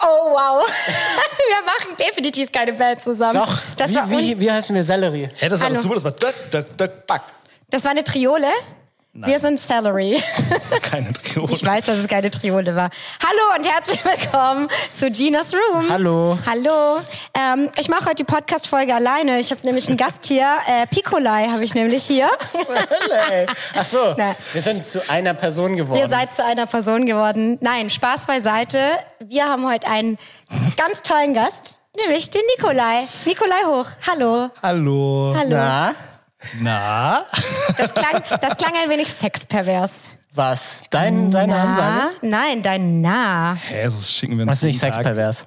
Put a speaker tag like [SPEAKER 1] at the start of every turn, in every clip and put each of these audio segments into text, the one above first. [SPEAKER 1] Oh, wow. wir machen definitiv keine Band zusammen.
[SPEAKER 2] Doch,
[SPEAKER 1] Das war,
[SPEAKER 2] wie,
[SPEAKER 1] un
[SPEAKER 2] wie, wie heißen wir Sellerie?
[SPEAKER 3] Hey, das war
[SPEAKER 1] Hallo.
[SPEAKER 3] das super, das war Duck, Duck, Duck, Back.
[SPEAKER 1] das war eine Triole. Wir sind Celery.
[SPEAKER 3] Das war keine Triode.
[SPEAKER 1] Ich weiß, dass es keine Triole war. Hallo und herzlich willkommen zu Ginas Room.
[SPEAKER 2] Hallo.
[SPEAKER 1] Hallo. Ähm, ich mache heute die Podcast-Folge alleine. Ich habe nämlich einen Gast hier. Äh, Picolai habe ich nämlich hier.
[SPEAKER 2] Ach so,
[SPEAKER 1] Na.
[SPEAKER 2] wir sind zu einer Person geworden.
[SPEAKER 1] Ihr seid zu einer Person geworden. Nein, Spaß beiseite. Wir haben heute einen ganz tollen Gast, nämlich den Nikolai. Nikolai Hoch. Hallo.
[SPEAKER 3] Hallo.
[SPEAKER 1] Hallo.
[SPEAKER 2] Na,
[SPEAKER 3] Na?
[SPEAKER 1] Das, klang, das klang ein wenig sexpervers.
[SPEAKER 2] was? Dein, deine Ansage?
[SPEAKER 1] Ah, nein, dein Na.
[SPEAKER 3] Hä, das schicken wir uns.
[SPEAKER 2] Das ist nicht
[SPEAKER 3] jeden Tag.
[SPEAKER 2] sexpervers.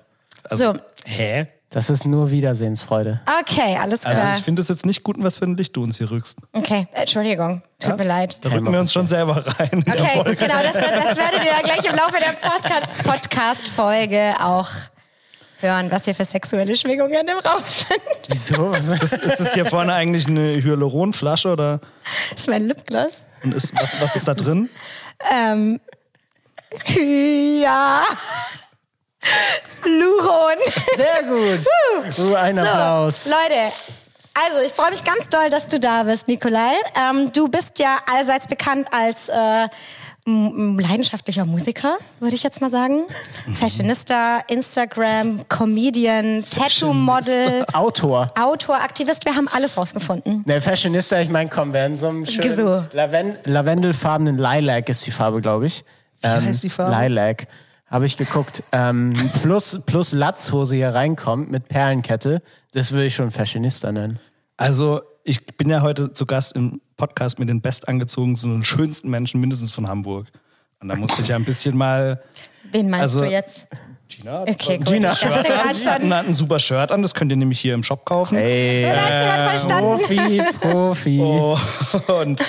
[SPEAKER 3] Also,
[SPEAKER 1] So.
[SPEAKER 3] Hä?
[SPEAKER 2] Das ist nur Wiedersehensfreude.
[SPEAKER 1] Okay, alles
[SPEAKER 3] Also,
[SPEAKER 1] klar.
[SPEAKER 3] ich finde es jetzt nicht gut, in was für ein Licht du uns hier rückst.
[SPEAKER 1] Okay, Entschuldigung. Tut mir leid.
[SPEAKER 3] Da rücken wir uns schon selber rein. in der
[SPEAKER 1] Okay,
[SPEAKER 3] Folge.
[SPEAKER 1] genau, das, das werdet ihr ja gleich im Laufe der Podcast- Podcast-Folge auch hören, was hier für sexuelle Schwingungen im Raum sind.
[SPEAKER 2] Wieso? Was ist
[SPEAKER 3] Ist, ist das hier vorne eigentlich eine Hyaluronflasche oder
[SPEAKER 1] Das ist mein Lipgloss.
[SPEAKER 3] und ist, was, was ist da drin?
[SPEAKER 1] Ähm, ja. Luron.
[SPEAKER 2] Sehr gut. Uh, ein Applaus.
[SPEAKER 1] Leute, also ich freue mich ganz doll, dass du da bist, Nikolai. Ähm, du bist ja allseits bekannt als äh, m- m- leidenschaftlicher Musiker, würde ich jetzt mal sagen. Fashionista, Instagram, Comedian, Tattoo-Model,
[SPEAKER 2] Autor.
[SPEAKER 1] Autor, Aktivist. Wir haben alles rausgefunden.
[SPEAKER 2] Ne, Fashionista, ich meine, komm, wer in so einem schönen
[SPEAKER 1] Wieso?
[SPEAKER 2] Laven lavendelfarbenen Lilac ist die Farbe, glaube ich. Ähm,
[SPEAKER 3] heißt die Farbe?
[SPEAKER 2] Lilac. Habe ich geguckt. Ähm, plus, plus Latzhose hier reinkommt mit Perlenkette. Das würde ich schon Fashionista nennen.
[SPEAKER 3] Also, ich bin ja heute zu Gast im Podcast mit den bestangezogensten und schönsten Menschen mindestens von Hamburg. Und da musste ich ja ein bisschen mal.
[SPEAKER 1] Wen meinst
[SPEAKER 3] Also-
[SPEAKER 1] du jetzt?
[SPEAKER 3] Gina,
[SPEAKER 1] Okay, gut.
[SPEAKER 2] Gina.
[SPEAKER 1] Ich dachte gerade schon,
[SPEAKER 3] Gina hat ein super Shirt an, das könnt ihr nämlich hier im Shop kaufen.
[SPEAKER 2] äh,
[SPEAKER 1] da hat sie halt verstanden.
[SPEAKER 2] Profi, Profi.
[SPEAKER 3] Oh, und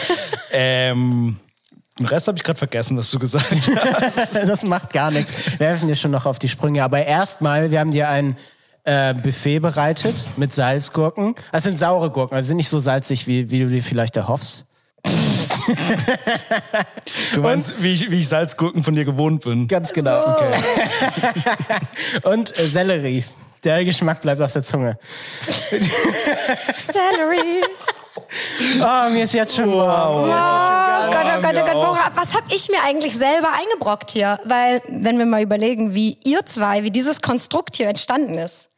[SPEAKER 3] ähm, den Rest habe ich gerade vergessen, was du gesagt hast.
[SPEAKER 2] Das macht gar nichts. Wir helfen dir schon noch auf die Sprünge. Aber erstmal, wir haben dir ein äh, Buffet bereitet mit Salzgurken. Das sind saure Gurken, also sind nicht so salzig, wie, wie du dir vielleicht erhoffst.
[SPEAKER 3] Du meinst, wie ich, wie ich Salzgurken von dir gewohnt bin.
[SPEAKER 2] Ganz genau.
[SPEAKER 3] Okay.
[SPEAKER 2] Und äh, Sellerie. Der Geschmack bleibt auf der Zunge.
[SPEAKER 1] Salary.
[SPEAKER 2] Oh, mir ist jetzt schon warm.
[SPEAKER 1] Oh Gott, oh Gott, oh Gott, Bora, was habe ich mir eigentlich selber eingebrockt hier? Weil, wenn wir mal überlegen, wie ihr zwei, wie dieses Konstrukt hier entstanden ist.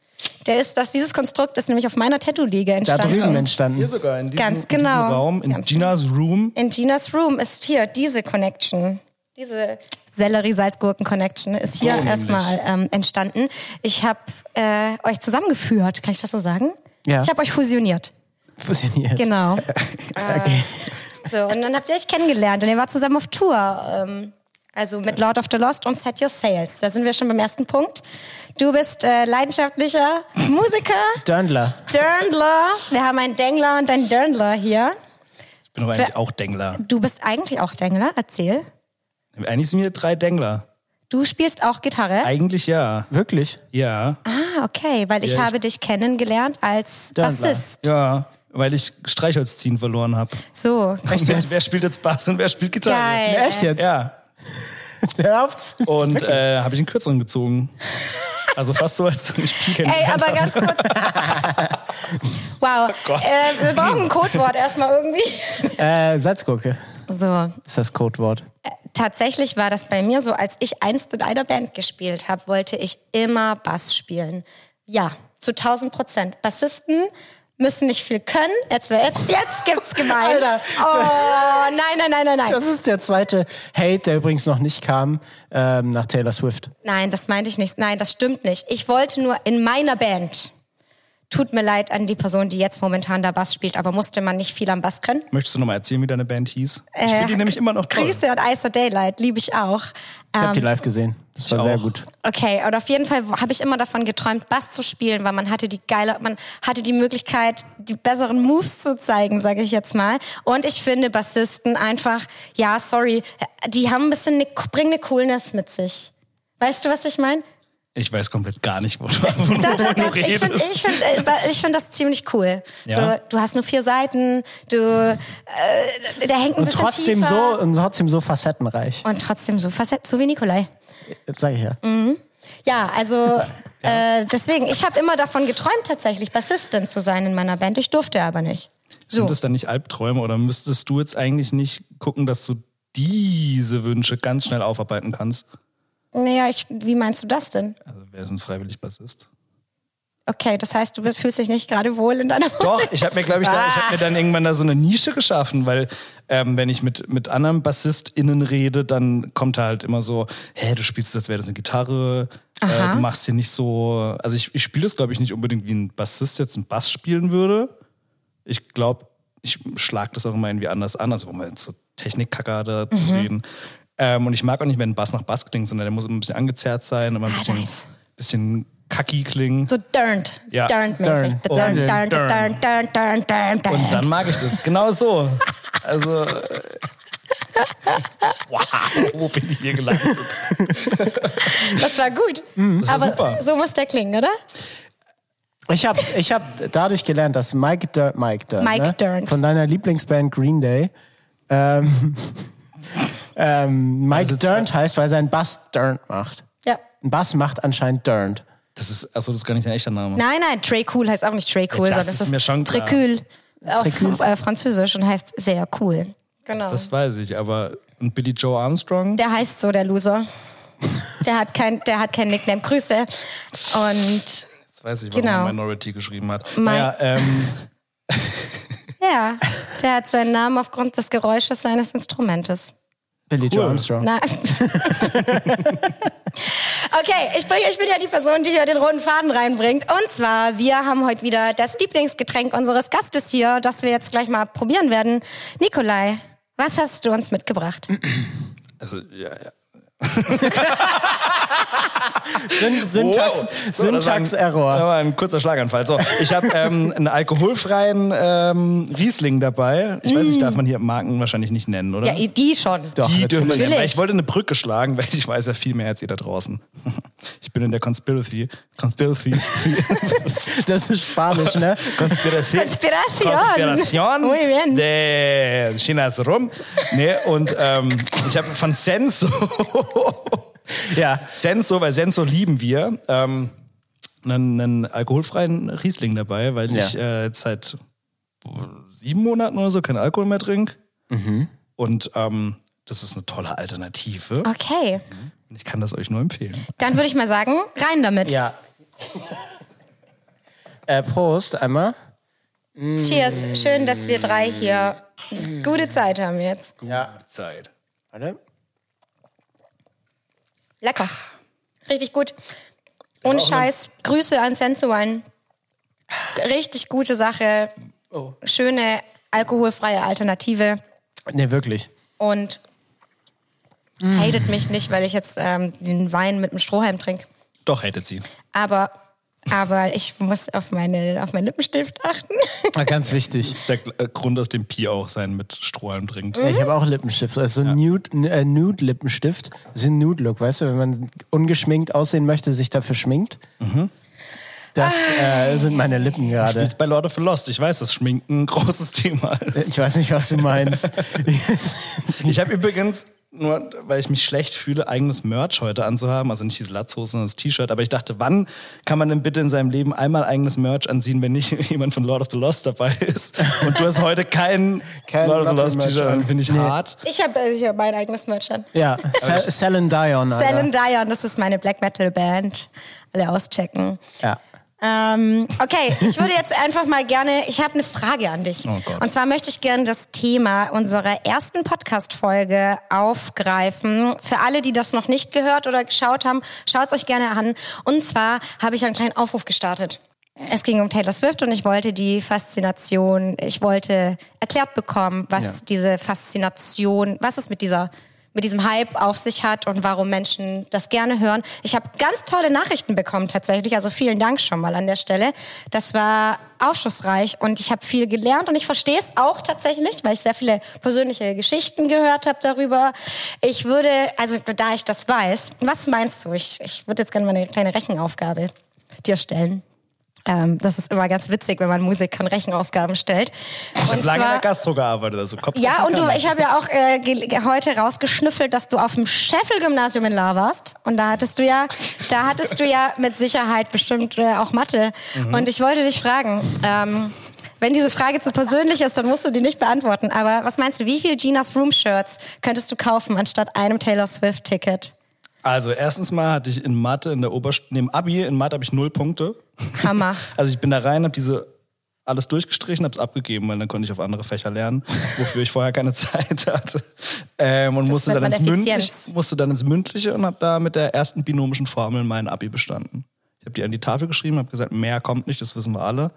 [SPEAKER 1] Der ist, dass dieses Konstrukt ist nämlich auf meiner Tattoo-Liege
[SPEAKER 2] Da
[SPEAKER 1] entstanden.
[SPEAKER 2] drüben entstanden.
[SPEAKER 3] Hier sogar, in diesem,
[SPEAKER 1] Ganz
[SPEAKER 3] in
[SPEAKER 1] genau.
[SPEAKER 3] diesem Raum, in
[SPEAKER 1] Ganz genau.
[SPEAKER 3] Ginas Room.
[SPEAKER 1] In Ginas Room ist hier diese Connection, diese Sellerie-Salzgurken-Connection ist
[SPEAKER 2] Oh,
[SPEAKER 1] hier erstmal ähm, entstanden. Ich habe äh, euch zusammengeführt, kann ich das so sagen?
[SPEAKER 2] Ja.
[SPEAKER 1] Ich habe euch fusioniert.
[SPEAKER 2] Fusioniert.
[SPEAKER 1] Genau. So, und dann habt ihr euch kennengelernt und ihr wart zusammen auf Tour. Ähm, also mit Lord of the Lost und Set Your Sails. Da sind wir schon beim ersten Punkt. Du bist äh, leidenschaftlicher Musiker,
[SPEAKER 2] Dörndler.
[SPEAKER 1] Dirndler. Wir haben einen Dengler und einen Dirndler hier.
[SPEAKER 3] Ich bin aber eigentlich auch Dengler.
[SPEAKER 1] Du bist eigentlich auch Dengler, erzähl.
[SPEAKER 3] Eigentlich sind wir drei Dengler.
[SPEAKER 1] Du spielst auch Gitarre?
[SPEAKER 3] Eigentlich ja.
[SPEAKER 2] Wirklich?
[SPEAKER 3] Ja.
[SPEAKER 1] Ah, okay, weil ich
[SPEAKER 3] Ja, ich-
[SPEAKER 1] habe dich kennengelernt als
[SPEAKER 2] Dirndler.
[SPEAKER 1] Bassist.
[SPEAKER 3] Ja. Weil ich Streichholzziehen verloren habe.
[SPEAKER 1] So,
[SPEAKER 2] Echt
[SPEAKER 3] Wer,
[SPEAKER 2] jetzt?
[SPEAKER 3] wer spielt jetzt Bass und wer spielt Gitarre?
[SPEAKER 1] Geil.
[SPEAKER 2] Echt jetzt?
[SPEAKER 3] Ja.
[SPEAKER 2] Hör auf.
[SPEAKER 3] Und äh, habe ich einen kürzeren gezogen. Also fast so, als ich Spiel
[SPEAKER 1] Ey,
[SPEAKER 3] kennengelernt
[SPEAKER 1] aber ganz kurz. Wow.
[SPEAKER 3] Oh Gott.
[SPEAKER 1] äh, wir brauchen ein Codewort erstmal irgendwie.
[SPEAKER 2] Äh, Salzgurke
[SPEAKER 1] So,
[SPEAKER 2] ist das Codewort.
[SPEAKER 1] Tatsächlich war das bei mir so, als ich einst in einer Band gespielt habe, wollte ich immer Bass spielen. Ja, zu 1000 Prozent. Bassisten müssen nicht viel können. Jetzt, jetzt, jetzt gibt's gemein.
[SPEAKER 2] Alter.
[SPEAKER 1] Oh, nein, nein, nein, nein, nein.
[SPEAKER 2] Das ist der zweite Hate, der übrigens noch nicht kam, ähm, nach Taylor Swift.
[SPEAKER 1] Nein, das meinte ich nicht. Nein, das stimmt nicht. Ich wollte nur in meiner Band. Tut mir leid an die Person, die jetzt momentan da Bass spielt, aber musste man nicht viel am Bass können.
[SPEAKER 3] Möchtest du nochmal erzählen, wie deine Band hieß? ich finde die nämlich immer noch toll.
[SPEAKER 1] Äh, Grüße und Ice or Daylight, liebe ich auch.
[SPEAKER 2] Ich
[SPEAKER 1] Ähm,
[SPEAKER 2] habe die live gesehen. Das war
[SPEAKER 3] Ich
[SPEAKER 2] sehr
[SPEAKER 3] auch.
[SPEAKER 2] gut.
[SPEAKER 1] Okay, und auf jeden Fall habe ich immer davon geträumt, Bass zu spielen, weil man hatte die geile, man hatte die Möglichkeit, die besseren Moves zu zeigen, sage ich jetzt mal. Und ich finde Bassisten einfach, ja, sorry, die haben ein bisschen, ne, bringen eine Coolness mit sich. Weißt du, was ich meine?
[SPEAKER 3] Ich weiß komplett gar nicht, wo du, wo
[SPEAKER 1] Das-
[SPEAKER 3] du, wo du
[SPEAKER 1] das- Ich finde
[SPEAKER 3] redest.
[SPEAKER 1] ich find, äh, ich find das ziemlich cool.
[SPEAKER 3] Ja.
[SPEAKER 1] So, du hast nur vier Seiten, du, äh, der hängt ein
[SPEAKER 2] Und
[SPEAKER 1] bisschen
[SPEAKER 2] trotzdem
[SPEAKER 1] tiefer.
[SPEAKER 2] so, und trotzdem so facettenreich.
[SPEAKER 1] Und trotzdem so, Facett- so wie Nikolai.
[SPEAKER 2] Sag ich ja.
[SPEAKER 1] Ja, also äh, deswegen, ich habe immer davon geträumt, tatsächlich Bassistin zu sein in meiner Band. Ich durfte aber nicht. So.
[SPEAKER 3] Sind das dann nicht Albträume oder müsstest du jetzt eigentlich nicht gucken, dass du diese Wünsche ganz schnell aufarbeiten kannst?
[SPEAKER 1] Naja, ich, wie meinst du das denn?
[SPEAKER 3] Also wer ist ein freiwillig Bassist?
[SPEAKER 1] Okay, das heißt, du bist- fühlst dich nicht gerade wohl in deiner
[SPEAKER 3] Doch, ich habe mir, glaube ich, da, ich hab mir dann irgendwann da so eine Nische geschaffen, weil ähm, wenn ich mit, mit anderen BassistInnen rede, dann kommt da halt immer so, hä, du spielst, als wäre das eine Gitarre, äh,
[SPEAKER 1] Aha.
[SPEAKER 3] du machst hier nicht so, also ich, ich spiele das, glaube ich, nicht unbedingt wie ein Bassist jetzt einen Bass spielen würde. Ich glaube, ich schlag das auch immer irgendwie anders an, also um jetzt so Technikkacker da
[SPEAKER 1] Mhm.
[SPEAKER 3] zu reden. Ähm, und ich mag auch nicht, wenn ein Bass nach Bass klingt, sondern der muss immer ein bisschen angezerrt sein, immer ein
[SPEAKER 1] Ah,
[SPEAKER 3] bisschen,
[SPEAKER 1] nice.
[SPEAKER 3] bisschen kacki klingen.
[SPEAKER 1] So dirnt.
[SPEAKER 3] Ja.
[SPEAKER 1] Dirnt-mäßig. Dirnt, dirnt,
[SPEAKER 2] Dirnt. Und-
[SPEAKER 1] dirnt, dirnt, dirnt, dirnt, dirnt.
[SPEAKER 3] Und dann mag ich das. Genau so. Also. äh, Wow, wo bin ich hier gelandet?
[SPEAKER 1] Das war gut.
[SPEAKER 3] Mhm. war
[SPEAKER 1] Aber
[SPEAKER 3] super.
[SPEAKER 1] so muss der klingen, oder?
[SPEAKER 2] Ich habe ich hab dadurch gelernt, dass Mike Dirnt, Mike Dirnt,
[SPEAKER 1] Mike
[SPEAKER 2] ne?
[SPEAKER 1] Dirnt.
[SPEAKER 2] von deiner Lieblingsband Green Day, ähm, ähm,
[SPEAKER 3] Also
[SPEAKER 2] Mike Dirnt heißt, weil sein Bass Dirnt macht.
[SPEAKER 1] Ja.
[SPEAKER 2] Ein Bass macht anscheinend Dirnt.
[SPEAKER 3] Das ist, achso, das ist gar nicht ein echter Name.
[SPEAKER 1] Nein, nein, Trey Cool heißt auch nicht Trey Cool,
[SPEAKER 3] Ja, das
[SPEAKER 1] sondern es
[SPEAKER 3] ist
[SPEAKER 1] ist,
[SPEAKER 3] mir schon klar.
[SPEAKER 1] Tricul auf äh, Französisch und heißt sehr cool. Genau.
[SPEAKER 3] Das weiß ich, aber. Und Billy Joe Armstrong?
[SPEAKER 1] der heißt so, der Loser. Der hat kein, der hat kein Nickname. Grüße. Und
[SPEAKER 3] Jetzt weiß ich, warum
[SPEAKER 1] Genau.
[SPEAKER 3] er Minority geschrieben hat.
[SPEAKER 1] Mein-
[SPEAKER 3] Naja, ähm,
[SPEAKER 1] ja, der hat seinen Namen aufgrund des Geräusches seines Instrumentes.
[SPEAKER 2] Billy Joe
[SPEAKER 3] Cool.
[SPEAKER 2] Armstrong.
[SPEAKER 1] Na. Okay, ich, bring, ich bin ja die Person, die hier den roten Faden reinbringt. Und zwar, wir haben heute wieder das Lieblingsgetränk unseres Gastes hier, das wir jetzt gleich mal probieren werden. Nikolai, was hast du uns mitgebracht?
[SPEAKER 3] also, ja, ja.
[SPEAKER 2] Syn Syntax,
[SPEAKER 3] Oh. So, das war ein- Das
[SPEAKER 2] Syntax-Error.
[SPEAKER 3] war ein kurzer Schlaganfall. So, ich habe ähm, einen alkoholfreien ähm, Riesling dabei. Ich weiß nicht, darf man hier Marken wahrscheinlich nicht nennen, oder?
[SPEAKER 1] Mm. Ja, die schon.
[SPEAKER 2] Doch,
[SPEAKER 3] Die dürfen
[SPEAKER 2] natürlich.
[SPEAKER 3] wir nennen. Weil
[SPEAKER 1] Natürlich.
[SPEAKER 3] ich wollte eine Brücke schlagen, weil ich weiß ja viel mehr als ihr da draußen. Ich bin in der Conspiracy. Conspiracy.
[SPEAKER 2] Das ist Spanisch, ne?
[SPEAKER 3] Conspiracy.
[SPEAKER 1] Konspiration.
[SPEAKER 3] Konspiration.
[SPEAKER 1] Muy bien.
[SPEAKER 3] De China ist rum. Nee, und ähm, ich habe von Senso. ja, Senso, weil Senso lieben wir. Ähm, einen, einen alkoholfreien Riesling dabei, weil
[SPEAKER 2] Ja.
[SPEAKER 3] ich äh, jetzt seit sieben Monaten oder so keinen Alkohol mehr trinke. Und ähm, das ist eine tolle Alternative.
[SPEAKER 1] Okay,
[SPEAKER 3] Und ich kann das euch nur empfehlen.
[SPEAKER 1] dann würde ich mal sagen, rein damit.
[SPEAKER 2] Ja. äh, Prost, einmal.
[SPEAKER 1] Cheers, schön, dass wir drei hier gute Zeit haben jetzt.
[SPEAKER 2] Ja.
[SPEAKER 3] Zeit.
[SPEAKER 2] Warte.
[SPEAKER 1] Lecker. Richtig gut. Ohne Scheiß. Grüße an Sensuine. Richtig gute Sache. Schöne alkoholfreie Alternative.
[SPEAKER 2] Nee, wirklich.
[SPEAKER 1] Und hatet mich nicht, weil ich jetzt ähm, den Wein mit dem Strohhalm trinke.
[SPEAKER 3] Doch, hatet sie.
[SPEAKER 1] Aber, aber ich muss auf, meine, auf meinen Lippenstift achten.
[SPEAKER 2] War Ah, ganz wichtig.
[SPEAKER 3] Das ist der Gl- äh, Grund, dass dem Pi auch sein mit Strohhalm trinkt.
[SPEAKER 2] Ja, ich habe auch Lippenstift. Also Nude, n- äh, Nude Lippenstift. Das ist ein Nude Look, weißt du, wenn man ungeschminkt aussehen möchte, sich dafür schminkt.
[SPEAKER 3] Mhm.
[SPEAKER 2] Das äh, sind meine Lippen gerade.
[SPEAKER 3] Jetzt bei Lord of the Lost, ich weiß, dass Schminken ein großes Thema ist.
[SPEAKER 2] Ich weiß nicht, was du meinst.
[SPEAKER 3] Ich habe übrigens, nur weil ich mich schlecht fühle, eigenes Merch heute anzuhaben. Also nicht diese Latzhose, sondern das T-Shirt. Aber ich dachte, wann kann man denn bitte in seinem Leben einmal eigenes Merch anziehen, wenn nicht jemand von Lord of the Lost dabei ist? Und du hast heute kein,
[SPEAKER 2] Kein
[SPEAKER 3] Lord of the
[SPEAKER 2] Lord of
[SPEAKER 3] Lost
[SPEAKER 2] the Merch
[SPEAKER 3] T-Shirt an,
[SPEAKER 2] an.
[SPEAKER 3] finde ich
[SPEAKER 2] Nee.
[SPEAKER 3] hart.
[SPEAKER 1] Ich habe äh, hier mein eigenes Merch an.
[SPEAKER 2] ja, Sal Sal and Dion. Alter.
[SPEAKER 1] Sal and Dion, das ist meine Black Metal Band. Alle auschecken.
[SPEAKER 2] Ja.
[SPEAKER 1] Ähm, okay, ich würde jetzt einfach mal gerne, ich habe eine Frage an dich.
[SPEAKER 3] Oh Gott.
[SPEAKER 1] Und zwar möchte ich gerne das Thema unserer ersten Podcast-Folge aufgreifen. Für alle, die das noch nicht gehört oder geschaut haben, schaut es euch gerne an. Und zwar habe ich einen kleinen Aufruf gestartet. Es ging um Taylor Swift und ich wollte die Faszination, ich wollte erklärt bekommen, was
[SPEAKER 2] Ja.
[SPEAKER 1] diese Faszination, was es mit dieser mit diesem Hype auf sich hat und warum Menschen das gerne hören. Ich habe ganz tolle Nachrichten bekommen tatsächlich, also vielen Dank schon mal an der Stelle. Das war aufschlussreich und ich habe viel gelernt und ich verstehe es auch tatsächlich, weil ich sehr viele persönliche Geschichten gehört habe darüber. Ich würde, also da ich das weiß, was meinst du? Ich, ich würde jetzt gerne mal eine kleine Rechenaufgabe dir stellen. Ähm, das ist immer ganz witzig, wenn man Musikern Rechenaufgaben stellt.
[SPEAKER 3] Ich habe
[SPEAKER 1] Und
[SPEAKER 3] lange in
[SPEAKER 1] zwar-
[SPEAKER 3] der Gastro gearbeitet, also Kopf.
[SPEAKER 1] ja, und du, ich habe ja auch äh, ge- ge- heute rausgeschnüffelt, dass du auf dem Scheffel-Gymnasium in La warst. Und da hattest du ja, da hattest du ja mit Sicherheit bestimmt äh, auch Mathe. Und ich wollte dich fragen, ähm, wenn diese Frage zu persönlich ist, dann musst du die nicht beantworten. Aber was meinst du, wie viel Ginas Room-Shirts könntest du kaufen anstatt einem Taylor Swift-Ticket?
[SPEAKER 3] Also erstens mal hatte ich in Mathe in der Oberstufe, neben Abi, in Mathe habe ich null Punkte.
[SPEAKER 1] Hammer.
[SPEAKER 3] Also ich bin da rein, habe diese alles durchgestrichen, habe es abgegeben, weil dann konnte ich auf andere Fächer lernen, wofür ich vorher keine Zeit hatte. Ähm, und musste
[SPEAKER 1] nennt
[SPEAKER 3] dann,
[SPEAKER 1] man
[SPEAKER 3] ins mündlich,
[SPEAKER 1] Effizienz.
[SPEAKER 3] musste dann ins Mündliche und habe da mit der ersten binomischen Formel mein Abi bestanden. Ich habe die an die Tafel geschrieben, habe gesagt, mehr kommt nicht, das wissen wir alle.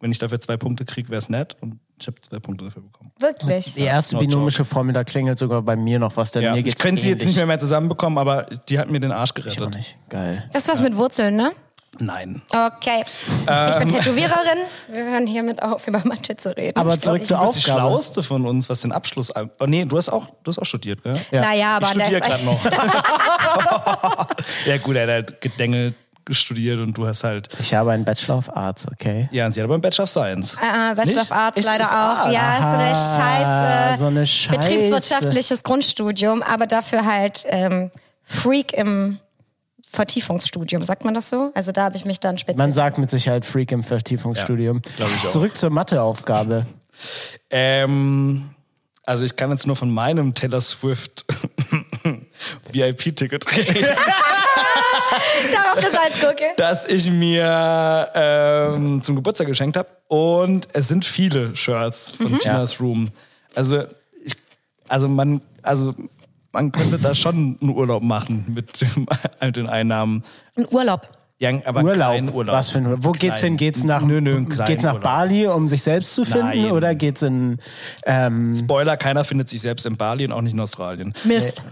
[SPEAKER 3] Wenn ich dafür zwei Punkte kriege, wäre es nett. Und ich habe zwei Punkte dafür bekommen.
[SPEAKER 1] Wirklich.
[SPEAKER 2] Die erste
[SPEAKER 3] No
[SPEAKER 2] binomische Formel, da klingelt sogar bei mir noch was, denn
[SPEAKER 3] Ja,
[SPEAKER 2] mir
[SPEAKER 3] ich
[SPEAKER 2] geht's
[SPEAKER 3] könnte sie jetzt
[SPEAKER 2] ähnlich.
[SPEAKER 3] nicht mehr, mehr zusammenbekommen, aber die hat mir den Arsch
[SPEAKER 2] Ich auch
[SPEAKER 3] gerettet.
[SPEAKER 2] nicht. Geil.
[SPEAKER 1] Das ist was mit Wurzeln, ne?
[SPEAKER 3] Nein.
[SPEAKER 1] Okay. Ich bin Tätowiererin. Wir hören hiermit auf, über Mathe zu reden.
[SPEAKER 2] Aber
[SPEAKER 1] Ich glaub,
[SPEAKER 2] zurück
[SPEAKER 1] ich-
[SPEAKER 2] zur
[SPEAKER 3] Du bist die
[SPEAKER 2] Aufgabe.
[SPEAKER 3] Schlauste von uns, was den Abschluss an- Oh, nee, du hast auch, du hast auch studiert, gell?
[SPEAKER 2] Ja.
[SPEAKER 1] Naja, aber
[SPEAKER 3] ich
[SPEAKER 1] der
[SPEAKER 3] studiere gerade noch. ja gut, er hat halt Gedengel gestudiert und du hast halt...
[SPEAKER 2] Ich habe einen Bachelor of Arts, okay?
[SPEAKER 3] Ja, und sie hat aber einen Bachelor of Science.
[SPEAKER 1] Äh, Bachelor of
[SPEAKER 3] Nicht?
[SPEAKER 1] Arts
[SPEAKER 3] Ist-
[SPEAKER 1] leider
[SPEAKER 3] ist
[SPEAKER 1] auch.
[SPEAKER 3] Arts.
[SPEAKER 1] Ja, ist so eine
[SPEAKER 2] Ah,
[SPEAKER 1] Scheiße.
[SPEAKER 2] so eine Scheiße.
[SPEAKER 1] Betriebswirtschaftliches Grundstudium, aber dafür halt ähm, Freak im Vertiefungsstudium, sagt man das so? Also da habe ich mich dann
[SPEAKER 2] Man
[SPEAKER 1] speziell.
[SPEAKER 2] sagt mit Sicherheit Freak im Vertiefungsstudium.
[SPEAKER 3] Ja, glaub ich auch.
[SPEAKER 2] Zurück zur Matheaufgabe.
[SPEAKER 3] Ähm, also ich kann jetzt nur von meinem Taylor Swift VIP-Ticket reden.
[SPEAKER 1] Darauf das halt gucke.
[SPEAKER 3] das ich mir ähm, zum Geburtstag geschenkt habe. Und es sind viele Shirts von Gina's Room. Also, ich, also, man, also man könnte da schon einen Urlaub machen mit, dem, mit den Einnahmen.
[SPEAKER 1] Ein Urlaub.
[SPEAKER 3] Ja, aber
[SPEAKER 2] Urlaub.
[SPEAKER 3] keinen Urlaub.
[SPEAKER 2] Was für ein Urlaub? Wo geht's hin?
[SPEAKER 3] kleinen-
[SPEAKER 2] Geht's nach,
[SPEAKER 3] Nö, nö, einen kleinen
[SPEAKER 2] geht's nach
[SPEAKER 3] Urlaub.
[SPEAKER 2] Bali, um sich selbst zu finden?
[SPEAKER 3] Nein.
[SPEAKER 2] Oder geht's in
[SPEAKER 3] Spoiler, keiner findet sich selbst in Bali und auch nicht in Australien.
[SPEAKER 1] Mist.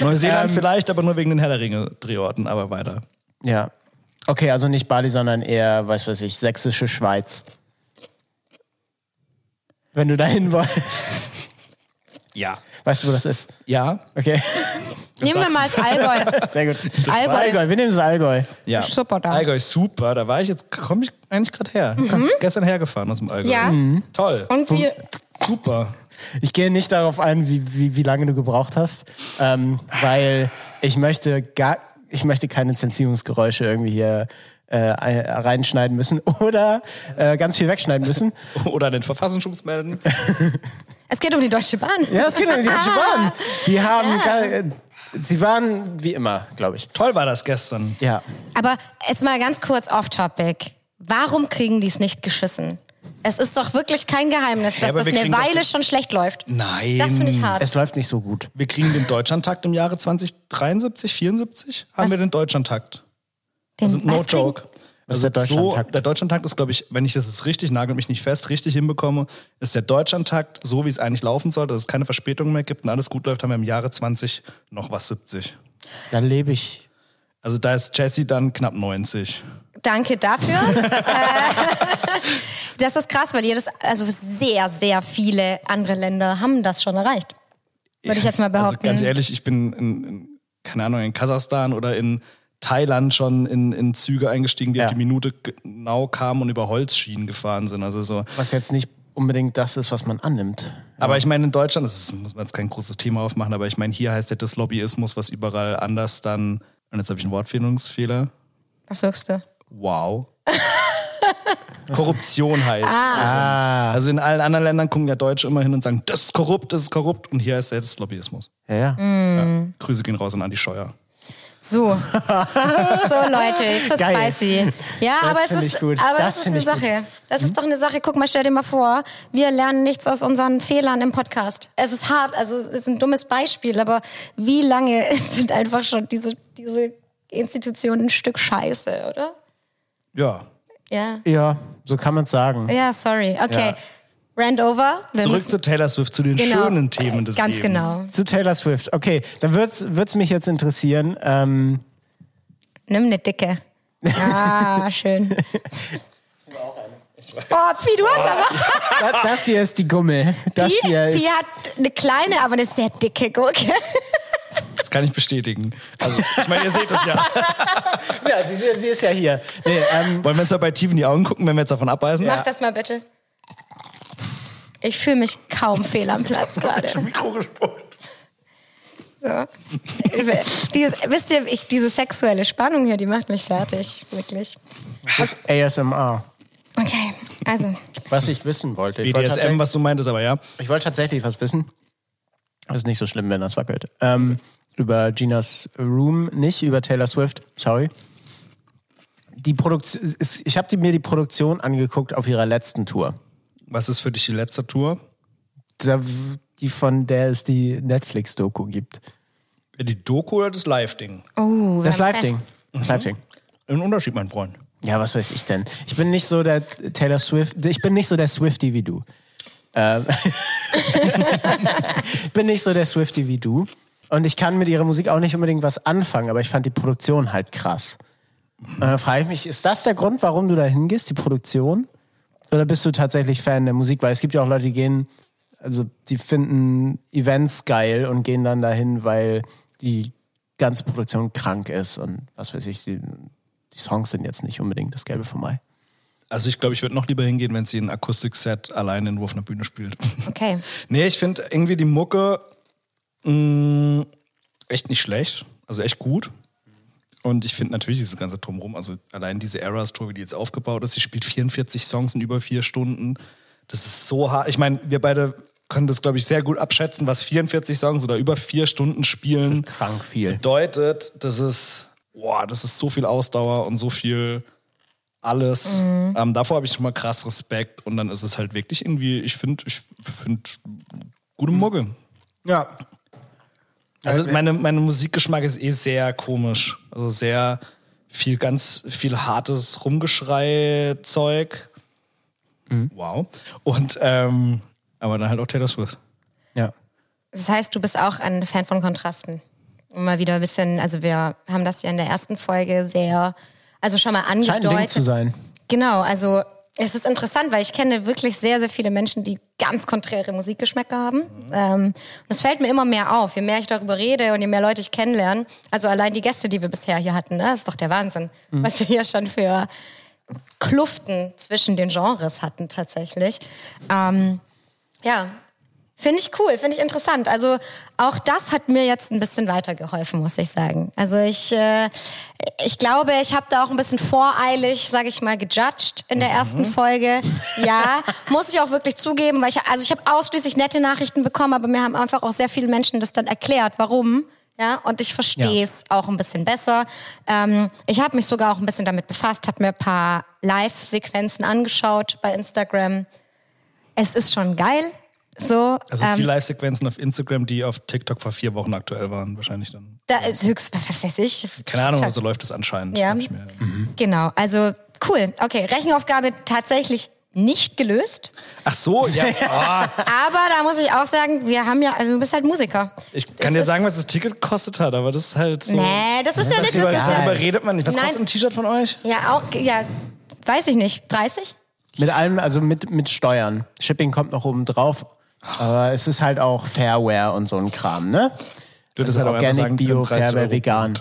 [SPEAKER 3] Neuseeland vielleicht, aber nur wegen den Herr der Ringe-Drehorten, aber weiter.
[SPEAKER 2] Ja. Okay, also nicht Bali, sondern eher, weiß weiß ich, sächsische Schweiz. Wenn du dahin wolltest.
[SPEAKER 3] Ja.
[SPEAKER 2] Weißt du, wo das ist?
[SPEAKER 3] Ja.
[SPEAKER 2] Okay,
[SPEAKER 1] Nehmen wir mal als Allgäu.
[SPEAKER 2] sehr gut.
[SPEAKER 1] Allgäu.
[SPEAKER 2] Allgäu, wir nehmen das Allgäu.
[SPEAKER 3] Ja.
[SPEAKER 1] Ist super da. Mhm.
[SPEAKER 3] Allgäu ist super. Da war ich jetzt, komme ich eigentlich gerade her. Gestern hergefahren aus dem Allgäu.
[SPEAKER 1] Ja.
[SPEAKER 3] Toll.
[SPEAKER 1] Und wir.
[SPEAKER 3] super.
[SPEAKER 2] Ich gehe nicht darauf ein, wie, wie, wie lange du gebraucht hast, ähm, weil ich möchte gar, ich möchte keine Zensierungsgeräusche irgendwie hier äh, ein- reinschneiden müssen oder äh, ganz viel wegschneiden müssen.
[SPEAKER 3] Oder den Verfassungsschutz melden.
[SPEAKER 1] Es geht um die Deutsche Bahn.
[SPEAKER 2] Ja, es geht um die Deutsche Bahn. Die haben, gar- äh, sie waren wie immer, glaube ich.
[SPEAKER 3] Toll war das gestern.
[SPEAKER 2] Ja.
[SPEAKER 1] Aber jetzt mal ganz kurz off-topic. Warum kriegen die es nicht geschissen? Es ist doch wirklich kein Geheimnis, dass
[SPEAKER 3] aber
[SPEAKER 1] das
[SPEAKER 3] wir
[SPEAKER 1] eine
[SPEAKER 3] kriegen doch
[SPEAKER 1] Weile schon schlecht läuft.
[SPEAKER 3] Nein.
[SPEAKER 1] Das finde ich hart.
[SPEAKER 2] Es läuft nicht so gut.
[SPEAKER 3] Wir kriegen den Deutschlandtakt im Jahre 2073, 74? Haben
[SPEAKER 1] Was?
[SPEAKER 3] wir den Deutschlandtakt?
[SPEAKER 1] Den
[SPEAKER 3] Also no
[SPEAKER 1] was kriegen-
[SPEAKER 3] joke.
[SPEAKER 2] Was
[SPEAKER 3] Also
[SPEAKER 2] ist der
[SPEAKER 3] So,
[SPEAKER 2] Deutschlandtakt?
[SPEAKER 3] der Deutschlandtakt ist, glaube ich, wenn ich das jetzt richtig nagel mich nicht fest, richtig hinbekomme, ist der Deutschlandtakt so, wie es eigentlich laufen sollte, dass es keine Verspätung mehr gibt und alles gut läuft, haben wir im Jahre 20 noch was 70.
[SPEAKER 2] Da lebe ich.
[SPEAKER 3] Also da ist Jesse dann knapp 90.
[SPEAKER 1] Danke dafür. Äh, das ist krass, weil jedes, also sehr, sehr viele andere Länder haben das schon erreicht. Würde ich jetzt mal behaupten.
[SPEAKER 3] Also ganz ehrlich, ich bin in, in keine Ahnung, in Kasachstan oder in Thailand schon in, in Züge eingestiegen, die
[SPEAKER 2] Ja.
[SPEAKER 3] auf die Minute genau kamen und über Holzschienen gefahren sind. Also so.
[SPEAKER 2] Was jetzt nicht unbedingt das ist, was man annimmt.
[SPEAKER 3] Aber ich meine, in Deutschland, das ist, muss man jetzt kein großes Thema aufmachen, aber ich meine, hier heißt ja das Lobbyismus, was überall anders dann. Und jetzt habe ich einen Wortfindungsfehler.
[SPEAKER 1] Was suchst du?
[SPEAKER 3] Wow. Korruption heißt. Ah. Also in allen anderen Ländern gucken ja Deutsche immer hin und sagen, das ist korrupt, das ist korrupt. Und hier heißt ja, das ist Lobbyismus.
[SPEAKER 2] Ja, ja.
[SPEAKER 1] Mhm.
[SPEAKER 3] Grüße gehen raus an Andi Scheuer.
[SPEAKER 1] So. so, Leute, jetzt wird's
[SPEAKER 2] Geil.
[SPEAKER 1] spicy. Ja, aber es
[SPEAKER 2] find
[SPEAKER 1] ist,
[SPEAKER 2] ich gut.
[SPEAKER 1] aber
[SPEAKER 2] Das
[SPEAKER 1] das, ist
[SPEAKER 2] find
[SPEAKER 1] eine
[SPEAKER 2] ich gut. Hm?
[SPEAKER 1] Sache. Das ist doch eine Sache. Guck mal, stell dir mal vor, wir lernen nichts aus unseren Fehlern im Podcast. Es ist hart, also es ist ein dummes Beispiel, aber wie lange sind einfach schon diese, diese Institutionen ein Stück Scheiße, oder?
[SPEAKER 3] Ja.
[SPEAKER 1] Ja.
[SPEAKER 2] Ja, so kann man es sagen.
[SPEAKER 1] Ja, sorry. Okay.
[SPEAKER 3] Ja.
[SPEAKER 1] Rand over. Wir
[SPEAKER 3] Zurück
[SPEAKER 1] müssen- Genau.
[SPEAKER 3] zu Taylor Swift, zu den schönen Themen des
[SPEAKER 1] Ganz
[SPEAKER 3] Lebens.
[SPEAKER 1] genau.
[SPEAKER 2] Zu Taylor Swift. Okay, dann wird's wird's mich jetzt interessieren. Ähm,
[SPEAKER 1] Nimm eine dicke. Ah, schön. Oh, Pi, du hast aber.
[SPEAKER 2] da, das hier ist die Gummel. Das
[SPEAKER 1] Pi,
[SPEAKER 2] hier ist.
[SPEAKER 1] Pi hat eine kleine, aber eine sehr dicke Gurke.
[SPEAKER 3] Das kann ich bestätigen. Also, ich meine, ihr seht es ja.
[SPEAKER 2] Ja, sie, sie, sie ist ja hier. Nee, ähm,
[SPEAKER 3] Wollen wir uns dabei tief in die Augen gucken, wenn wir jetzt davon abweisen?
[SPEAKER 1] Mach das mal bitte. Ich fühle mich kaum fehl am Platz gerade.
[SPEAKER 3] Mikro gesprungen.
[SPEAKER 1] So. Dieses, wisst ihr, ich, diese sexuelle Spannung hier, die macht mich fertig. Wirklich.
[SPEAKER 2] das ist ASMR.
[SPEAKER 1] Okay, also.
[SPEAKER 2] Was ich wissen wollte. Ich wollte
[SPEAKER 3] BDSM,
[SPEAKER 2] tatsächlich,
[SPEAKER 3] was du meintest, aber ja.
[SPEAKER 2] ich wollte tatsächlich was wissen. Das ist nicht so schlimm, wenn das wackelt. Ähm, über Ginas Room, nicht über Taylor Swift. Sorry. Die Produktion, ich habe mir die Produktion angeguckt auf ihrer letzten Tour.
[SPEAKER 3] Was ist für dich die letzte Tour?
[SPEAKER 2] Da- Die von der es die Netflix-Doku gibt.
[SPEAKER 3] Die Doku oder das Live-Ding?
[SPEAKER 1] Oh,
[SPEAKER 2] Das
[SPEAKER 1] wir haben-
[SPEAKER 2] Live-Ding. Das Live-Ding.
[SPEAKER 3] Ein Unterschied, mein Freund.
[SPEAKER 2] Ja, was weiß ich denn? Ich bin nicht so der Taylor Swift, ich bin nicht so der Swifty wie du. Ähm, ich bin nicht so der Swifty wie du. Und ich kann mit ihrer Musik auch nicht unbedingt was anfangen, aber ich fand die Produktion halt krass. Und dann frage ich mich, ist das der Grund, warum du da hingehst, die Produktion? Oder bist du tatsächlich Fan der Musik? Weil es gibt ja auch Leute, die gehen, also die finden Events geil und gehen dann dahin, weil die ganze Produktion krank ist und was weiß ich, die, die Songs sind jetzt nicht unbedingt das Gelbe vom Ei.
[SPEAKER 3] Also ich glaube, ich würde noch lieber hingehen, wenn sie ein Akustikset alleine in Wurf einer Bühne spielt.
[SPEAKER 1] Okay.
[SPEAKER 3] nee, ich finde irgendwie die Mucke mh, echt nicht schlecht. Also echt gut. Und ich finde natürlich dieses ganze Drumherum, also allein diese Eras-Tour, wie die jetzt aufgebaut ist, sie spielt 44 Songs in über vier Stunden. Das ist so hart. Ich meine, wir beide können das, glaube ich, sehr gut abschätzen, was 44 Songs oder über vier Stunden spielen
[SPEAKER 2] Krank viel.
[SPEAKER 3] bedeutet, das ist, boah, das ist so viel Ausdauer und so viel alles. Ähm, davor habe ich schon mal krass Respekt und dann ist es halt wirklich irgendwie, ich finde, ich finde gute Mucke.
[SPEAKER 2] Ja.
[SPEAKER 3] Also meine, meine Musikgeschmack ist eh sehr komisch. Also sehr viel, ganz viel hartes Rumgeschrei-Zeug. Wow. Und ähm, aber dann halt auch Taylor Swift.
[SPEAKER 2] Ja.
[SPEAKER 1] Das heißt, du bist auch ein Fan von Kontrasten. Um mal wieder ein bisschen, also wir haben das ja in der ersten Folge sehr, also schon mal
[SPEAKER 2] Scheint ein Ding zu
[SPEAKER 1] angedeutet.
[SPEAKER 2] sein.
[SPEAKER 1] Genau, also es ist interessant, weil ich kenne wirklich sehr, sehr viele Menschen, die ganz konträre Musikgeschmäcker haben. Ähm, und es fällt mir immer mehr auf, je mehr ich darüber rede und je mehr Leute ich kennenlerne. Also allein die Gäste, die wir bisher hier hatten, ne, ist doch der Wahnsinn,
[SPEAKER 2] Mhm.
[SPEAKER 1] was wir hier schon für Kluften zwischen den Genres hatten tatsächlich. Ähm, ja, finde ich cool, finde ich interessant. Also auch das hat mir jetzt ein bisschen weitergeholfen, muss ich sagen. Also ich, äh, ich glaube, ich habe da auch ein bisschen voreilig, sage ich mal, gejudged in der ersten Folge. Ja, muss ich auch wirklich zugeben, weil ich, also ich habe ausschließlich nette Nachrichten bekommen, aber mir haben einfach auch sehr viele Menschen das dann erklärt, warum. Ja, und ich verstehe es auch ein bisschen besser. Ähm, ich habe mich sogar auch ein bisschen damit befasst, habe mir ein paar Live-Sequenzen angeschaut bei Instagram. Es ist schon geil. So, ähm,
[SPEAKER 3] Also die Live-Sequenzen auf Instagram, die auf TikTok vor vier Wochen aktuell waren, wahrscheinlich dann.
[SPEAKER 1] da ist höchst, was weiß ich.
[SPEAKER 3] Keine Ahnung,
[SPEAKER 1] TikTok.
[SPEAKER 3] so läuft es anscheinend.
[SPEAKER 1] Ja.
[SPEAKER 3] Hab ich mir-
[SPEAKER 1] Genau, also cool. Okay, Rechenaufgabe tatsächlich nicht gelöst.
[SPEAKER 3] Ach so, ja. Oh,
[SPEAKER 1] Aber da muss ich auch sagen, wir haben ja, also du bist halt Musiker.
[SPEAKER 3] ich
[SPEAKER 1] Das
[SPEAKER 3] kann dir
[SPEAKER 1] ist-
[SPEAKER 3] sagen, was das Ticket gekostet hat, aber das ist halt so.
[SPEAKER 1] Nee, das ist ja nicht,
[SPEAKER 3] darüber,
[SPEAKER 1] das ist ja,
[SPEAKER 3] darüber redet man nicht. Was
[SPEAKER 1] Nein.
[SPEAKER 3] kostet ein T-Shirt von euch?
[SPEAKER 1] ja auch, ja, weiß ich nicht, 30?
[SPEAKER 2] Mit allem, also mit, mit Steuern. Shipping kommt noch oben drauf. Aber es ist halt auch Fairware und so ein Kram, ne?
[SPEAKER 3] Du
[SPEAKER 2] Das
[SPEAKER 3] hättest
[SPEAKER 2] ist
[SPEAKER 3] halt auch
[SPEAKER 2] Organic,
[SPEAKER 3] einfach sagen können,
[SPEAKER 2] Bio,
[SPEAKER 3] 30
[SPEAKER 2] Fairware,
[SPEAKER 3] Euro.
[SPEAKER 2] vegan.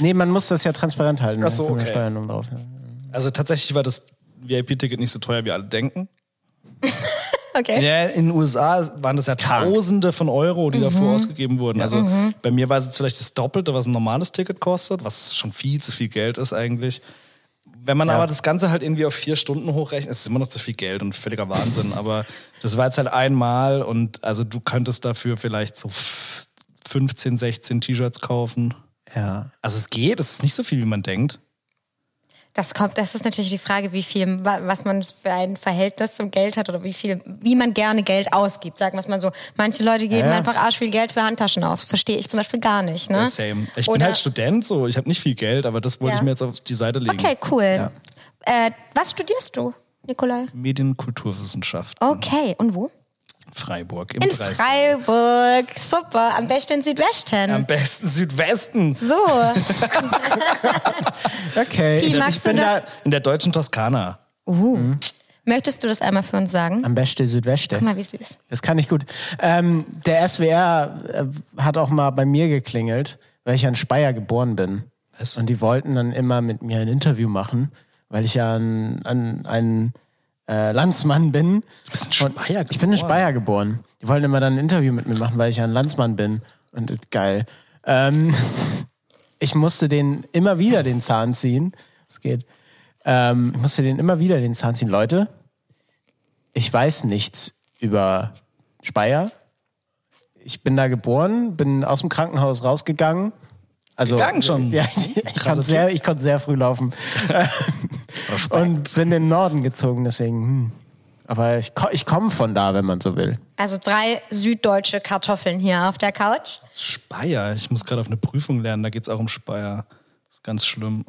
[SPEAKER 2] nee, man muss das ja transparent halten. Ach
[SPEAKER 3] so, okay.
[SPEAKER 2] Steuern oben drauf.
[SPEAKER 3] Also tatsächlich war das VIP-Ticket nicht so teuer, wie alle denken.
[SPEAKER 1] Okay.
[SPEAKER 3] Ja, in den USA waren das ja Tausende von Euro, die
[SPEAKER 1] Mhm.
[SPEAKER 3] davor ausgegeben wurden. Also bei mir war es jetzt vielleicht das Doppelte, was ein normales Ticket kostet, was schon viel zu viel Geld ist eigentlich. Wenn man aber das Ganze halt irgendwie auf vier Stunden hochrechnet, ist es immer noch zu viel Geld und völliger Wahnsinn. aber das war jetzt halt einmal und also du könntest dafür vielleicht so f- 15, 16 T-Shirts kaufen.
[SPEAKER 2] Ja.
[SPEAKER 3] Also es geht, es ist nicht so viel, wie man denkt.
[SPEAKER 1] Das kommt, das ist natürlich die Frage, wie viel, wa- was man für ein Verhältnis zum Geld hat oder wie viel, wie man gerne Geld ausgibt, sagen wir es mal so. Manche Leute geben
[SPEAKER 2] Ja, ja.
[SPEAKER 1] einfach arsch viel Geld für Handtaschen aus. Verstehe ich zum Beispiel gar nicht, ne?
[SPEAKER 3] Ja, same. Ich bin
[SPEAKER 1] Oder-
[SPEAKER 3] halt Student, so ich habe nicht viel Geld, aber das wollte
[SPEAKER 1] Ja.
[SPEAKER 3] ich mir jetzt auf die Seite legen.
[SPEAKER 1] Okay, cool. Äh, was studierst du, Nikolai?
[SPEAKER 3] Medienkulturwissenschaft.
[SPEAKER 1] Oh, Okay, und wo?
[SPEAKER 3] Freiburg im
[SPEAKER 1] In
[SPEAKER 3] Preis.
[SPEAKER 1] Freiburg. Super, am besten Südwesten.
[SPEAKER 3] Am besten Südwesten.
[SPEAKER 1] so,
[SPEAKER 2] Okay.
[SPEAKER 1] Pi,
[SPEAKER 2] ich,
[SPEAKER 1] magst
[SPEAKER 2] Also,
[SPEAKER 1] du
[SPEAKER 2] ich bin
[SPEAKER 1] das?
[SPEAKER 2] da.
[SPEAKER 3] In der deutschen Toskana.
[SPEAKER 1] Möchtest du das einmal für uns sagen?
[SPEAKER 2] Am besten Südweste.
[SPEAKER 1] Guck mal, wie süß.
[SPEAKER 2] Das kann ich gut. Ähm, der SWR äh, hat auch mal bei mir geklingelt, weil ich ja in Speyer geboren bin.
[SPEAKER 3] Was?
[SPEAKER 2] Und die wollten dann immer mit mir ein Interview machen, weil ich ja ein, ein, ein äh, Landsmann bin. Du
[SPEAKER 3] bist in Speyer
[SPEAKER 2] Ich bin in
[SPEAKER 3] geboren.
[SPEAKER 2] Speyer geboren. Die wollten immer dann ein Interview mit mir machen, weil ich ja ein Landsmann bin. Und das ist geil. Ähm, ich musste den immer wieder den Zahn ziehen. Es geht. Ähm, ich musste den immer wieder den Zahn ziehen. Leute, ich weiß nichts über Speyer. Ich bin da geboren, bin aus dem Krankenhaus rausgegangen. Also,
[SPEAKER 3] Gegangen schon?
[SPEAKER 2] Ja, ich, ich,
[SPEAKER 3] Krasser
[SPEAKER 2] konnte sehr, ich konnte sehr früh laufen. Und bin in den Norden gezogen, deswegen. Hm. Aber ich, ko- ich komme von da, wenn man so will.
[SPEAKER 1] Also drei süddeutsche Kartoffeln hier auf der Couch.
[SPEAKER 3] Speyer. Ich muss gerade auf eine Prüfung lernen, da geht es auch um Speyer. Das ist ganz schlimm.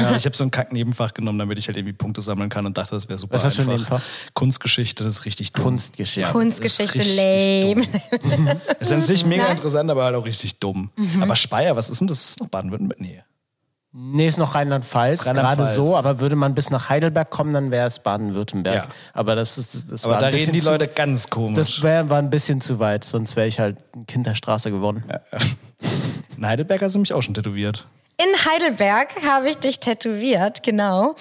[SPEAKER 3] Ja, ich habe so ein Kack-Nebenfach genommen, damit ich halt irgendwie Punkte sammeln kann und dachte, das wäre super
[SPEAKER 2] Was hast du für
[SPEAKER 3] einfach.
[SPEAKER 2] ein
[SPEAKER 3] Kunstgeschichte, das ist richtig dumm.
[SPEAKER 2] Kunstgeschichte.
[SPEAKER 1] Kunstgeschichte,
[SPEAKER 3] das ist richtig
[SPEAKER 1] lame. Mhm.
[SPEAKER 3] dumm. ist an sich mega interessant, aber halt auch richtig dumm. Aber Speyer, was ist denn das? Ist das noch Baden-Württemberg? Nee.
[SPEAKER 2] Nee, ist noch Rheinland-Pfalz,
[SPEAKER 3] Ist Rheinland-Pfalz.
[SPEAKER 2] gerade so. Aber würde man bis nach Heidelberg kommen, dann wäre es Baden-Württemberg.
[SPEAKER 3] Ja.
[SPEAKER 2] Aber das ist. Das
[SPEAKER 3] Aber
[SPEAKER 2] war
[SPEAKER 3] da
[SPEAKER 2] ein bisschen
[SPEAKER 3] reden die
[SPEAKER 2] zu-
[SPEAKER 3] Leute ganz komisch.
[SPEAKER 2] Das wär, war ein bisschen zu weit, sonst wäre ich halt ein Kind der Straße geworden.
[SPEAKER 3] In Heidelberg hast du mich auch schon tätowiert.
[SPEAKER 1] In Heidelberg habe ich dich tätowiert, genau.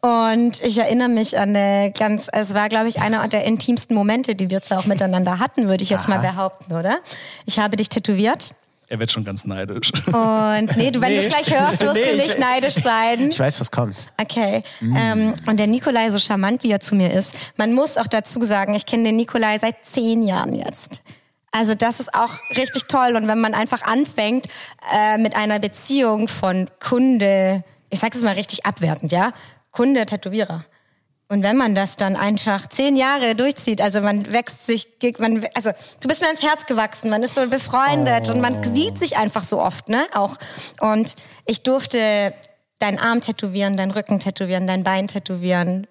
[SPEAKER 1] Und ich erinnere mich an eine ganz, es war, glaube ich, einer der intimsten Momente, die wir zwar auch miteinander hatten, würde ich jetzt mal behaupten, oder? Ich habe dich tätowiert.
[SPEAKER 3] Er wird schon ganz neidisch.
[SPEAKER 2] Oh.
[SPEAKER 1] Und nee, du, wenn du es gleich hörst, wirst
[SPEAKER 2] Nee,
[SPEAKER 1] du
[SPEAKER 2] ich-
[SPEAKER 1] nicht neidisch sein.
[SPEAKER 2] Ich weiß, was kommt.
[SPEAKER 1] Okay. Ähm, und der Nikolai, so charmant wie er zu mir ist, man muss auch dazu sagen, ich kenne den Nikolai seit zehn Jahren jetzt. Also das ist auch richtig toll. Und wenn man einfach anfängt äh, mit einer Beziehung von Kunde, ich sage es mal richtig abwertend, ja, Kunde, Tätowierer. Und wenn man das dann einfach zehn Jahre durchzieht, also man wächst sich, ge- man, also du bist mir ans Herz gewachsen, man ist so befreundet und man sieht sich einfach so oft, ne? Auch. Und ich durfte deinen Arm tätowieren, deinen Rücken tätowieren, dein Bein tätowieren.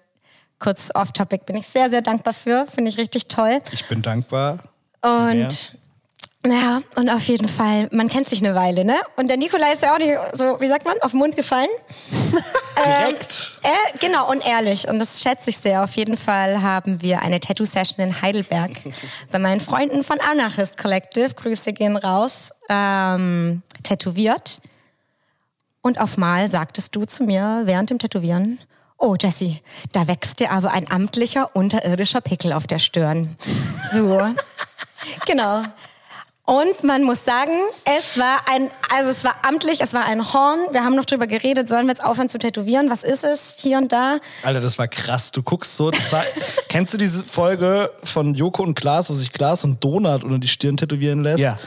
[SPEAKER 1] Kurz off-topic bin ich sehr, sehr dankbar für, finde ich richtig toll.
[SPEAKER 3] Ich bin dankbar.
[SPEAKER 1] Und ja, und auf jeden Fall, man kennt sich eine Weile, ne? Und der Nikolai ist ja auch nicht so, wie sagt man, auf den Mund gefallen.
[SPEAKER 2] Ähm.
[SPEAKER 3] Direkt.
[SPEAKER 1] Äh, genau, und ehrlich. Und das schätze ich sehr. Auf jeden Fall haben wir eine Tattoo-Session in Heidelberg bei meinen Freunden von Anarchist Collective. Grüße gehen raus. Ähm, tätowiert. Und auf Mal sagtest du zu mir während dem Tätowieren, oh Jessie, da wächst dir aber ein amtlicher unterirdischer Pickel auf der Stirn. So, genau. Und man muss sagen, es war ein, also es war amtlich, es war ein Horn. Wir haben noch drüber geredet, sollen wir jetzt aufhören zu tätowieren? Was ist es hier und da?
[SPEAKER 3] Alter, das war krass. Du guckst so. Das sah, kennst du diese Folge von Joko und Klaas, wo sich Klaas und Donut unter die Stirn tätowieren lässt?
[SPEAKER 2] Ja.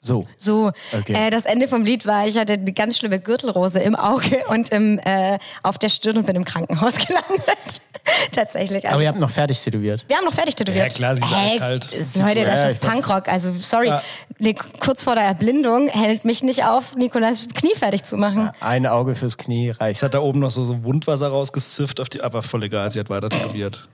[SPEAKER 2] So.
[SPEAKER 1] So,
[SPEAKER 2] Okay.
[SPEAKER 1] äh, das Ende vom Lied war, ich hatte eine ganz schlimme Gürtelrose im Auge und im, äh, auf der Stirn und bin im Krankenhaus gelandet. Tatsächlich. Also
[SPEAKER 2] Aber ihr habt noch fertig tätowiert.
[SPEAKER 1] Wir haben noch fertig tätowiert.
[SPEAKER 3] Ja, klar, sie ist
[SPEAKER 1] Hey,
[SPEAKER 3] eiskalt.
[SPEAKER 1] Ist heute, das
[SPEAKER 2] Ja,
[SPEAKER 1] ist
[SPEAKER 2] ich weiß.
[SPEAKER 1] Punkrock. Also, sorry, nee, kurz vor der Erblindung hält mich nicht auf, Nikolas Knie fertig zu machen.
[SPEAKER 2] Ein Auge fürs Knie reicht.
[SPEAKER 3] Sie hat da oben noch so, so Wundwasser rausgesifft auf die. Aber voll egal, sie hat weiter tätowiert.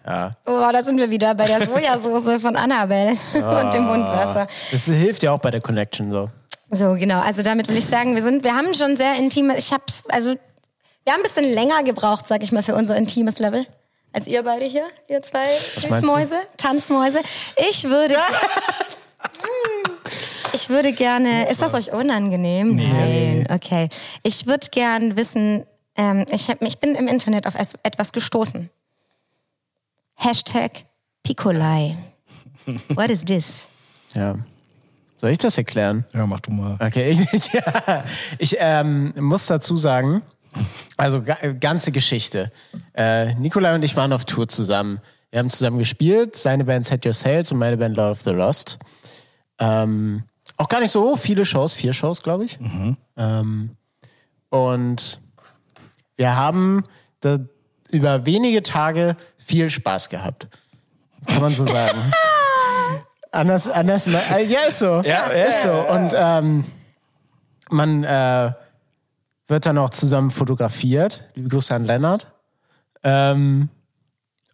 [SPEAKER 1] Oh, da sind wir wieder bei der Sojasauce von Annabelle
[SPEAKER 2] Ah.
[SPEAKER 1] und dem Wundwasser.
[SPEAKER 2] Das hilft ja auch bei der Connection so.
[SPEAKER 1] So, genau. Also, damit will ich sagen, wir sind, wir haben schon sehr intime, ich hab, also, wir haben ein bisschen länger gebraucht, sag ich mal, für unser intimes Level. Als ihr beide hier, ihr zwei
[SPEAKER 2] meinst du?
[SPEAKER 1] Süßmäuse, Tanzmäuse. Ich würde. Ich würde gerne. Ist das euch unangenehm? Nein. Okay. Ich würde gern wissen, ähm, ich, hab, ich bin im Internet auf es- etwas gestoßen. Hashtag Picolai. What is this?
[SPEAKER 2] Ja. Soll ich das erklären?
[SPEAKER 3] Ja, mach du mal.
[SPEAKER 2] Okay, ich, ja, ich ähm, muss dazu sagen, also ga, ganze Geschichte. Äh, Nikolai und ich waren auf Tour zusammen. Wir haben zusammen gespielt, seine Band Set Your Sails und meine Band Lord of the Lost. Ähm, auch gar nicht so viele Shows, vier Shows, glaube ich.
[SPEAKER 3] Mhm.
[SPEAKER 2] Ähm, und wir haben da über wenige Tage viel Spaß gehabt. Kann man so sagen. anders, anders, äh, ja, ist so.
[SPEAKER 3] Ja, ja,
[SPEAKER 2] ist so. Und ähm, man äh, wird dann auch zusammen fotografiert. Liebe Grüße an Lennart. Ähm,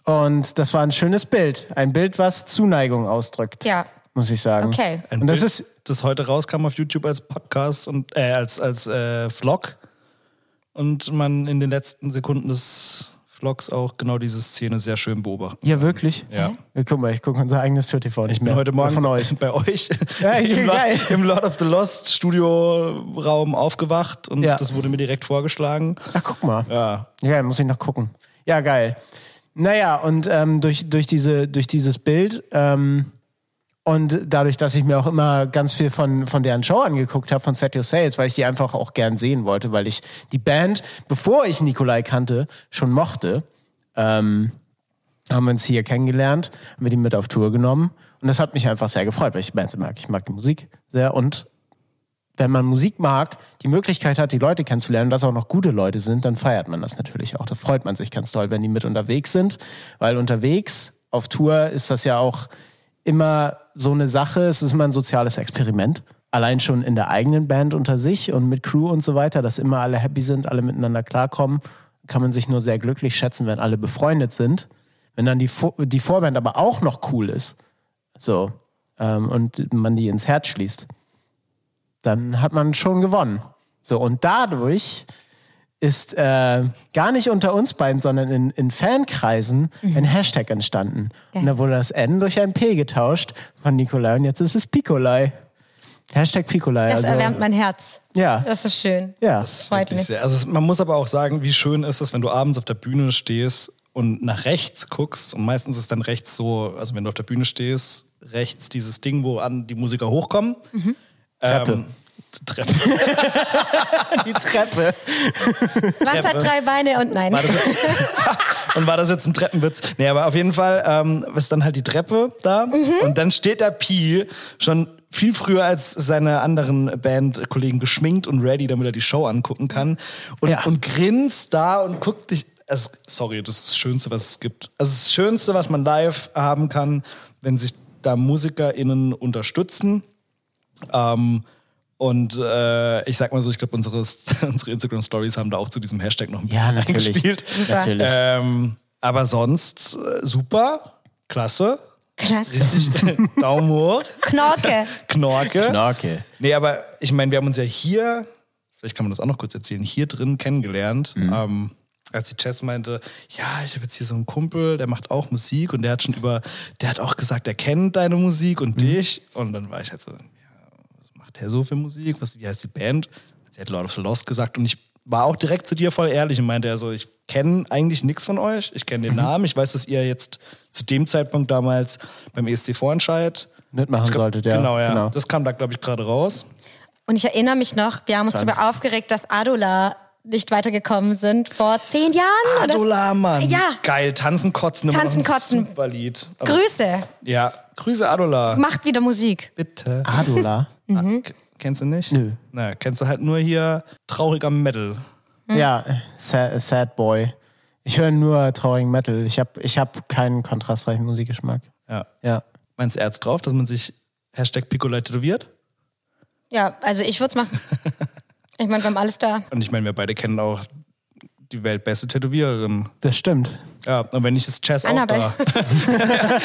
[SPEAKER 2] und das war ein schönes Bild. Ein Bild, was Zuneigung ausdrückt.
[SPEAKER 1] Ja.
[SPEAKER 2] Muss ich sagen.
[SPEAKER 1] Okay.
[SPEAKER 3] Ein
[SPEAKER 2] Und das
[SPEAKER 3] Bild,
[SPEAKER 2] ist,
[SPEAKER 3] das heute rauskam auf YouTube als Podcast und äh, als als äh, Vlog und man in den letzten Sekunden des Vlogs auch genau diese Szene sehr schön beobachten.
[SPEAKER 2] Ja, wirklich?
[SPEAKER 3] Ja.
[SPEAKER 2] Ja, guck mal, ich gucke unser eigenes TV nicht
[SPEAKER 3] bin
[SPEAKER 2] mehr.
[SPEAKER 3] heute Morgen
[SPEAKER 2] von euch.
[SPEAKER 3] bei euch
[SPEAKER 2] Ja,
[SPEAKER 3] im,
[SPEAKER 2] geil.
[SPEAKER 3] Lord, im Lord of the Lost Studioraum aufgewacht und
[SPEAKER 2] Ja.
[SPEAKER 3] das wurde mir direkt vorgeschlagen.
[SPEAKER 2] Ach, guck mal.
[SPEAKER 3] Ja.
[SPEAKER 2] Ja, muss ich noch gucken. Ja, geil. Naja, und ähm, durch, durch, diese, durch dieses Bild ähm, und dadurch, dass ich mir auch immer ganz viel von, von deren Show angeguckt habe, von Set Your Sales, weil ich die einfach auch gern sehen wollte, weil ich die Band, bevor ich Nikolai kannte, schon mochte, ähm, haben wir uns hier kennengelernt, haben wir die mit auf Tour genommen und das hat mich einfach sehr gefreut, weil ich Bands mag. Ich mag die Musik sehr und wenn man Musik mag, die Möglichkeit hat, die Leute kennenzulernen, dass auch noch gute Leute sind, dann feiert man das natürlich auch. Da freut man sich ganz toll, wenn die mit unterwegs sind, weil unterwegs auf Tour ist das ja auch immer so eine Sache. Es ist immer ein soziales Experiment. Allein schon in der eigenen Band unter sich und mit Crew und so weiter, dass immer alle happy sind, alle miteinander klarkommen, kann man sich nur sehr glücklich schätzen, wenn alle befreundet sind. Wenn dann die, Vor die Vorband aber auch noch cool ist, so, ähm, und man die ins Herz schließt, dann hat man schon gewonnen. So, und dadurch ist äh, gar nicht unter uns beiden, sondern in, in Fankreisen ein Hashtag entstanden. Und da wurde das N durch ein P getauscht von Nikolai und jetzt ist es Pikolai. Hashtag Pikolai.
[SPEAKER 1] Das
[SPEAKER 2] Also,
[SPEAKER 1] erwärmt mein Herz.
[SPEAKER 2] ja,
[SPEAKER 1] Das ist schön.
[SPEAKER 2] ja.
[SPEAKER 3] Das ist
[SPEAKER 1] Freut
[SPEAKER 3] wirklich
[SPEAKER 1] mich.
[SPEAKER 3] sehr. Also es- man muss aber auch sagen, wie schön ist es, wenn du abends auf der Bühne stehst und nach rechts guckst und meistens ist dann rechts so, also wenn du auf der Bühne stehst, rechts dieses Ding, wo an die Musiker hochkommen.
[SPEAKER 1] Mhm.
[SPEAKER 2] Treppe.
[SPEAKER 3] t- Treppe.
[SPEAKER 2] Die Treppe.
[SPEAKER 1] Was hat drei Beine und nein?
[SPEAKER 3] War das jetzt, und war das jetzt ein Treppenwitz? Nee, aber auf jeden Fall ähm, ist dann halt die Treppe da
[SPEAKER 2] Mhm.
[SPEAKER 3] und dann steht da Pi schon viel früher als seine anderen Bandkollegen geschminkt und ready, damit er die Show angucken kann und,
[SPEAKER 2] Ja.
[SPEAKER 3] und grinst da und guckt dich. Es, sorry, das ist das Schönste, was es gibt. Also das Schönste, was man live haben kann, wenn sich da MusikerInnen unterstützen. Ähm, und äh, ich sag mal so, ich glaube, unsere, unsere Instagram-Stories haben da auch zu diesem Hashtag noch ein bisschen
[SPEAKER 2] Ja, natürlich.
[SPEAKER 3] eingespielt.
[SPEAKER 1] Super.
[SPEAKER 2] Natürlich. Äh,
[SPEAKER 3] Ähm, aber sonst äh, super, klasse,
[SPEAKER 1] Klasse.
[SPEAKER 3] Daumen hoch,
[SPEAKER 1] Knorke.
[SPEAKER 3] Knorke.
[SPEAKER 2] Knorke.
[SPEAKER 3] Nee, aber ich meine, wir haben uns ja hier, vielleicht kann man das auch noch kurz erzählen, hier drin kennengelernt. Ähm, als die Chess meinte, ja, ich habe jetzt hier so einen Kumpel, der macht auch Musik und der hat schon über, der hat auch gesagt, er kennt deine Musik und dich. Und dann war ich halt so, ja, was macht der so für Musik? Was, wie heißt die Band? Sie hat Lord of the Lost gesagt und ich war auch direkt zu dir voll ehrlich und meinte er so, ich kenne eigentlich nichts von euch, ich kenne den Namen, ich weiß, dass ihr jetzt zu dem Zeitpunkt damals beim E ESC-Vorentscheid
[SPEAKER 2] Mitmachen solltet, ja.
[SPEAKER 3] Genau, ja. Das kam da, glaube ich, gerade raus.
[SPEAKER 1] Und ich erinnere mich noch, wir haben uns darüber aufgeregt, dass Adula nicht weitergekommen sind vor zehn Jahren. oder-
[SPEAKER 3] Ah, Adola, Mann.
[SPEAKER 1] Ja.
[SPEAKER 3] Geil, tanzen, kotzen. immer
[SPEAKER 1] Tanzen,
[SPEAKER 3] noch ein
[SPEAKER 1] Kotzen.
[SPEAKER 3] Super Lied. Aber-
[SPEAKER 1] Grüße.
[SPEAKER 3] Ja, Grüße Adola.
[SPEAKER 1] Macht wieder Musik.
[SPEAKER 3] Bitte.
[SPEAKER 2] Adula.
[SPEAKER 1] Mhm.
[SPEAKER 3] Ah, k- Kennst du nicht?
[SPEAKER 2] Nö.
[SPEAKER 3] Na, kennst du halt nur hier trauriger Metal.
[SPEAKER 2] Ja, sad, sad Boy. Ich höre nur traurigen Metal. Ich habe ich hab keinen kontrastreichen Musikgeschmack.
[SPEAKER 3] Ja.
[SPEAKER 2] Ja.
[SPEAKER 3] Meinst du Erz drauf, dass man sich Hashtag Piccola tätowiert?
[SPEAKER 1] Ja, also ich würde es machen. Ich meine, wir haben alles da.
[SPEAKER 3] Und ich meine, wir beide kennen auch die weltbeste Tätowiererin.
[SPEAKER 2] Das stimmt.
[SPEAKER 3] Ja, und wenn nicht, ist Chess auch
[SPEAKER 1] Annabelle.
[SPEAKER 3] da.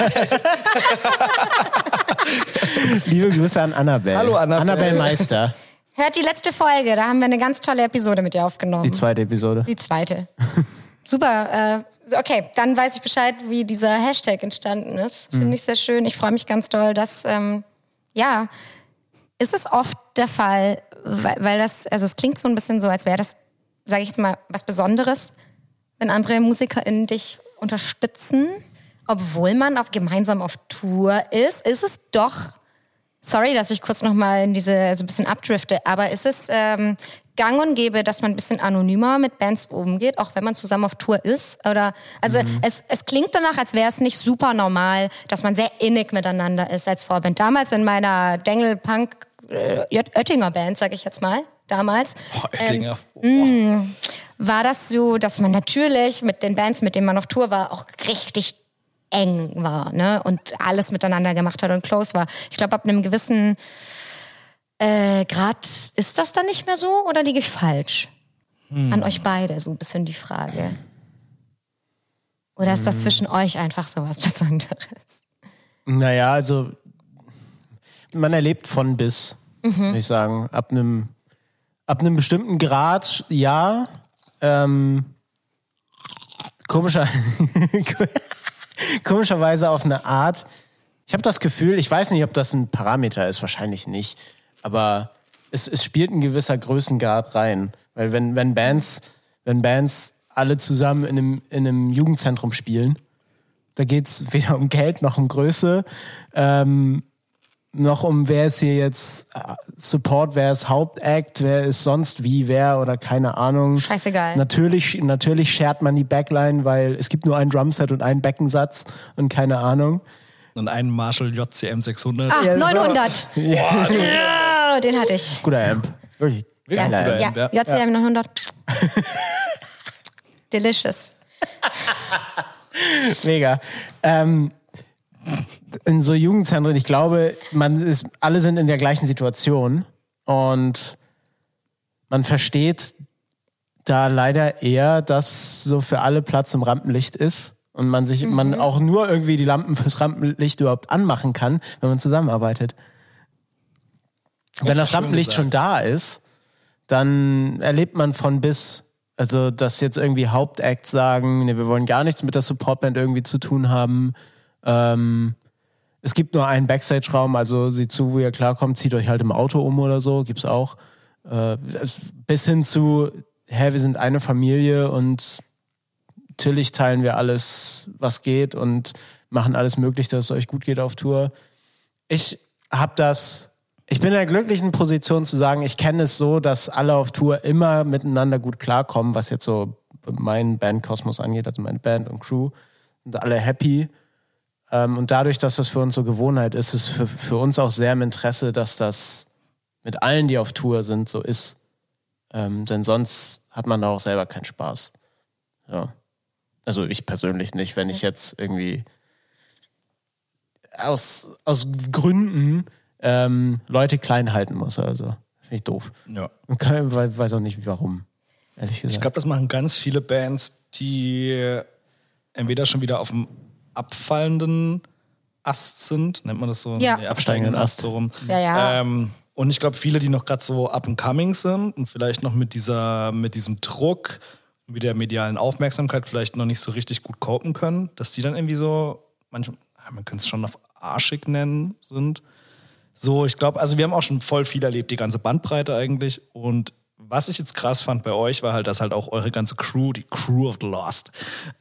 [SPEAKER 2] Liebe Grüße an Annabelle.
[SPEAKER 3] Hallo, Annabelle.
[SPEAKER 2] Annabelle Meister.
[SPEAKER 1] Hört die letzte Folge, da haben wir eine ganz tolle Episode mit dir aufgenommen.
[SPEAKER 2] Die zweite Episode.
[SPEAKER 1] Die zweite. Super. Äh, okay, dann weiß ich Bescheid, wie dieser Hashtag entstanden ist. Finde ich sehr schön. Ich freue mich ganz doll, dass, ähm, ja, ist es oft der Fall, weil, weil das, also es klingt so ein bisschen so, als wäre das, sage ich jetzt mal, was Besonderes, wenn andere MusikerInnen dich unterstützen, obwohl man auf, gemeinsam auf Tour ist. Ist es doch Sorry, dass ich kurz nochmal in diese so ein bisschen abdrifte, aber ist es ähm, gang und gäbe, dass man ein bisschen anonymer mit Bands umgeht, auch wenn man zusammen auf Tour ist? Oder also
[SPEAKER 3] Mhm.
[SPEAKER 1] es, es klingt danach, als wäre es nicht super normal, dass man sehr innig miteinander ist als Vorband. Damals in meiner Dengel Punk äh, Jött- Oettinger Band, sag ich jetzt mal, damals
[SPEAKER 3] Boah, Oettinger.
[SPEAKER 1] hm? war das so, dass man natürlich mit den Bands, mit denen man auf Tour war, auch richtig eng war ne? und alles miteinander gemacht hat und close war. Ich glaube, ab einem gewissen äh, Grad ist das dann nicht mehr so oder liege ich falsch? An euch beide so ein bisschen die Frage. Oder ist das zwischen euch einfach so was Besonderes?
[SPEAKER 2] Naja, also man erlebt von bis, würde ich sagen. Ab einem ab einem bestimmten Grad, ja, ähm, komischer, komischerweise auf eine Art. Ich habe das Gefühl, ich weiß nicht, ob das ein Parameter ist, wahrscheinlich nicht, aber es, es spielt ein gewisser Größengrad rein, weil wenn wenn Bands wenn Bands alle zusammen in einem in einem Jugendzentrum spielen, da geht's weder um Geld noch um Größe, ähm, noch um wer ist hier jetzt äh, Support, wer ist Hauptact, wer ist sonst wie wer oder keine Ahnung.
[SPEAKER 1] Scheißegal.
[SPEAKER 2] Natürlich, natürlich schert man die Backline, weil es gibt nur ein Drumset und einen Beckensatz und keine Ahnung.
[SPEAKER 3] Und einen Marshall JCM 600.
[SPEAKER 1] Ah,
[SPEAKER 2] Ja, so.
[SPEAKER 1] 900. Ja, den hatte ich.
[SPEAKER 2] Guter Amp. Wirklich.
[SPEAKER 1] Ja,
[SPEAKER 2] geiler Amp.
[SPEAKER 1] ja,
[SPEAKER 3] ja.
[SPEAKER 1] JCM 900. Delicious.
[SPEAKER 2] Mega. Ähm, in so Jugendzentren, ich glaube, man ist, alle sind in der gleichen Situation und man versteht da leider eher, dass so für alle Platz im Rampenlicht ist und man sich, man auch nur irgendwie die Lampen fürs Rampenlicht überhaupt anmachen kann, wenn man zusammenarbeitet. Wenn das
[SPEAKER 3] schön
[SPEAKER 2] Rampenlicht
[SPEAKER 3] gesagt.
[SPEAKER 2] schon da ist, dann erlebt man von bis. Also, dass jetzt irgendwie Hauptacts sagen, nee, wir wollen gar nichts mit der Supportband irgendwie zu tun haben. Ähm, es gibt nur einen Backstage-Raum, also seht zu, wo ihr klarkommt, zieht euch halt im Auto um oder so, gibt's auch. Äh, es- bis hin zu, hä, wir sind eine Familie und natürlich teilen wir alles, was geht und machen alles möglich, dass es euch gut geht auf Tour. Ich habe das, ich bin in der glücklichen Position zu sagen, ich kenne es so, dass alle auf Tour immer miteinander gut klarkommen, was jetzt so meinen Bandkosmos angeht, also meine Band und Crew, sind alle happy. Ähm, und dadurch, dass das für uns so Gewohnheit ist, ist für, für uns auch sehr im Interesse, dass das mit allen, die auf Tour sind, so ist. Ähm, denn sonst hat man da auch selber keinen Spaß. Ja. Also ich persönlich nicht, wenn ich jetzt irgendwie aus, aus Gründen ähm, Leute klein halten muss. Also finde ich doof.
[SPEAKER 3] Ja.
[SPEAKER 2] Und kann, we- weiß auch nicht warum. Ehrlich gesagt.
[SPEAKER 3] Ich glaube, das machen ganz viele Bands, die entweder schon wieder auf dem abfallenden Ast sind, nennt man das so?
[SPEAKER 1] Ja.
[SPEAKER 3] Nee, absteigenden Ast so rum.
[SPEAKER 1] Ja, ja.
[SPEAKER 3] Ähm, und ich glaube, viele, die noch gerade so up and coming sind und vielleicht noch mit dieser, mit diesem Druck, mit der medialen Aufmerksamkeit vielleicht noch nicht so richtig gut copen können, dass die dann irgendwie so, manchmal, man könnte es schon auf arschig nennen, sind. So, ich glaube, also wir haben auch schon voll viel erlebt, die ganze Bandbreite eigentlich. Und was ich jetzt krass fand bei euch, war halt, dass halt auch eure ganze Crew, die Crew of the Lost,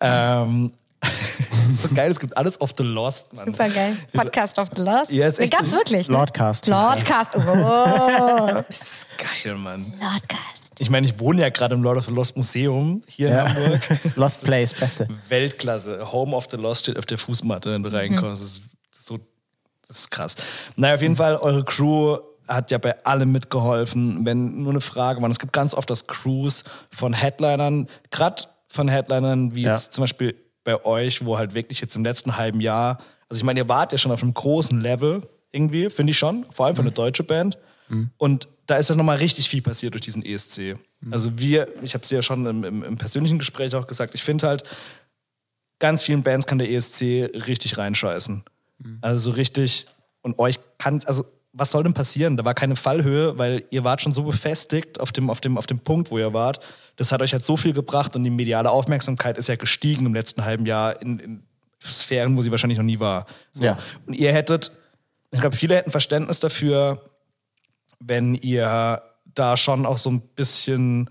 [SPEAKER 3] ähm, so geil, es gibt alles auf the Lost, Mann.
[SPEAKER 1] Supergeil. Podcast of the Lost.
[SPEAKER 3] Ja, ist
[SPEAKER 1] Den
[SPEAKER 3] echt
[SPEAKER 1] gab's
[SPEAKER 3] so-
[SPEAKER 1] wirklich. Ne?
[SPEAKER 2] Lordcast.
[SPEAKER 1] Lordcast. Oh.
[SPEAKER 3] Das ist geil, Mann.
[SPEAKER 1] Lordcast.
[SPEAKER 3] Ich meine, ich wohne ja gerade im Lord of the Lost Museum hier in Hamburg.
[SPEAKER 2] Lost Place, beste.
[SPEAKER 3] Weltklasse. Home of the Lost steht auf der Fußmatte, wenn du reinkommst. Das ist so, das ist krass. Naja, auf jeden Fall, eure Crew hat ja bei allem mitgeholfen. Wenn nur eine Frage, man, es gibt ganz oft das Crews von Headlinern, gerade von Headlinern wie
[SPEAKER 2] Ja.
[SPEAKER 3] jetzt zum Beispiel bei euch, wo halt wirklich jetzt im letzten halben Jahr, also ich meine, ihr wart ja schon auf einem großen Level irgendwie, finde ich schon, vor allem für eine deutsche Band. Und da ist ja nochmal richtig viel passiert durch diesen ESC. Also wir, ich habe es ja schon im, im, im persönlichen Gespräch auch gesagt, ich finde halt, ganz vielen Bands kann der ESC richtig reinscheißen. Also so richtig. Und euch kann, also was soll denn passieren? Da war keine Fallhöhe, weil ihr wart schon so befestigt auf dem, auf dem, auf dem Punkt, wo ihr wart. Das hat euch halt so viel gebracht und die mediale Aufmerksamkeit ist ja gestiegen im letzten halben Jahr in, in Sphären, wo sie wahrscheinlich noch nie war. So.
[SPEAKER 2] Ja.
[SPEAKER 3] Und ihr hättet, ich glaube, viele hätten Verständnis dafür, wenn ihr da schon auch so ein bisschen,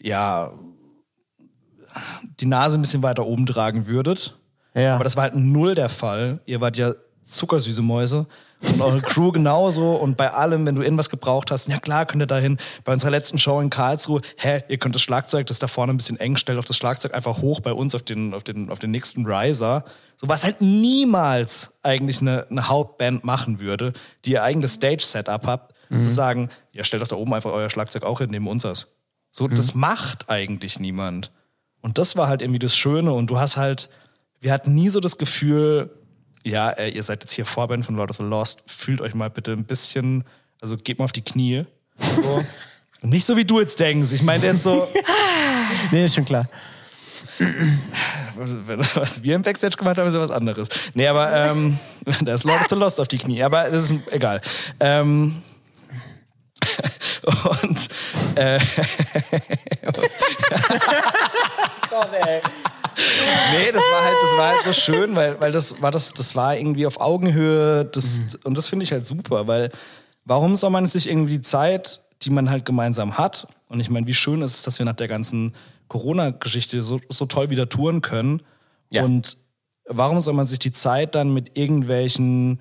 [SPEAKER 3] ja, die Nase ein bisschen weiter oben tragen würdet.
[SPEAKER 2] Ja.
[SPEAKER 3] Aber das war halt null der Fall. Ihr wart ja zuckersüße Mäuse. Und eure Crew genauso. Und bei allem, wenn du irgendwas gebraucht hast, ja klar, könnt ihr dahin. Bei unserer letzten Show in Karlsruhe, hä, ihr könnt das Schlagzeug, das ist da vorne ein bisschen eng, stellt doch das Schlagzeug einfach hoch bei uns auf den, auf den, auf den nächsten Riser. So was halt niemals eigentlich eine, eine Hauptband machen würde, die ihr eigenes Stage-Setup habt, zu sagen, ja, stellt doch da oben einfach euer Schlagzeug auch hin, neben unseres. So, das macht eigentlich niemand. Und das war halt irgendwie das Schöne. Und du hast halt, wir hatten nie so das Gefühl, ja, äh, ihr seid jetzt hier Vorband von Lord of the Lost, fühlt euch mal bitte ein bisschen, also geht mal auf die Knie. So. Und nicht so wie du jetzt denkst. Ich meine jetzt so,
[SPEAKER 2] Nee, ist schon klar.
[SPEAKER 3] was wir im Backstage gemacht haben, ist ja was anderes. Nee, aber ähm, da ist Lord of the Lost auf die Knie. Aber das ist egal. Ähm, und äh, Nee, das war halt, das war halt so schön, weil, weil das war das, das war irgendwie auf Augenhöhe. Das, Und das finde ich halt super, weil warum soll man sich irgendwie die Zeit, die man halt gemeinsam hat, und ich meine, wie schön ist es, dass wir nach der ganzen Corona-Geschichte so, so toll wieder touren können.
[SPEAKER 2] Ja.
[SPEAKER 3] Und warum soll man sich die Zeit dann mit irgendwelchen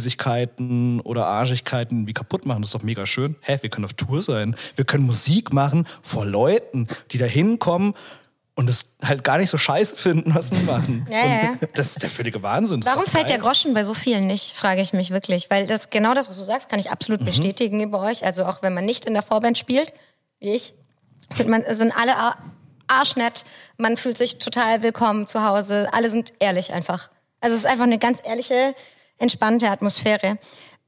[SPEAKER 3] Hochnäsigkeiten oder Arschigkeiten wie kaputt machen? Das ist doch mega schön. Hä, wir können auf Tour sein. Wir können Musik machen vor Leuten, die da hinkommen und es halt gar nicht so scheiße finden, was wir machen.
[SPEAKER 1] Ja, ja, ja.
[SPEAKER 3] Das ist der völlige Wahnsinn. Das ist
[SPEAKER 1] Warum
[SPEAKER 3] doch
[SPEAKER 1] fällt
[SPEAKER 3] geil.
[SPEAKER 1] der Groschen bei so vielen nicht, frage ich mich wirklich. Weil das genau das, was du sagst, kann ich absolut
[SPEAKER 3] Mhm.
[SPEAKER 1] bestätigen über euch. Also auch wenn man nicht in der Vorband spielt, wie ich, sind man, sind alle a- arschnett. Man fühlt sich total willkommen zu Hause. Alle sind ehrlich einfach. Also es ist einfach eine ganz ehrliche, entspannte Atmosphäre.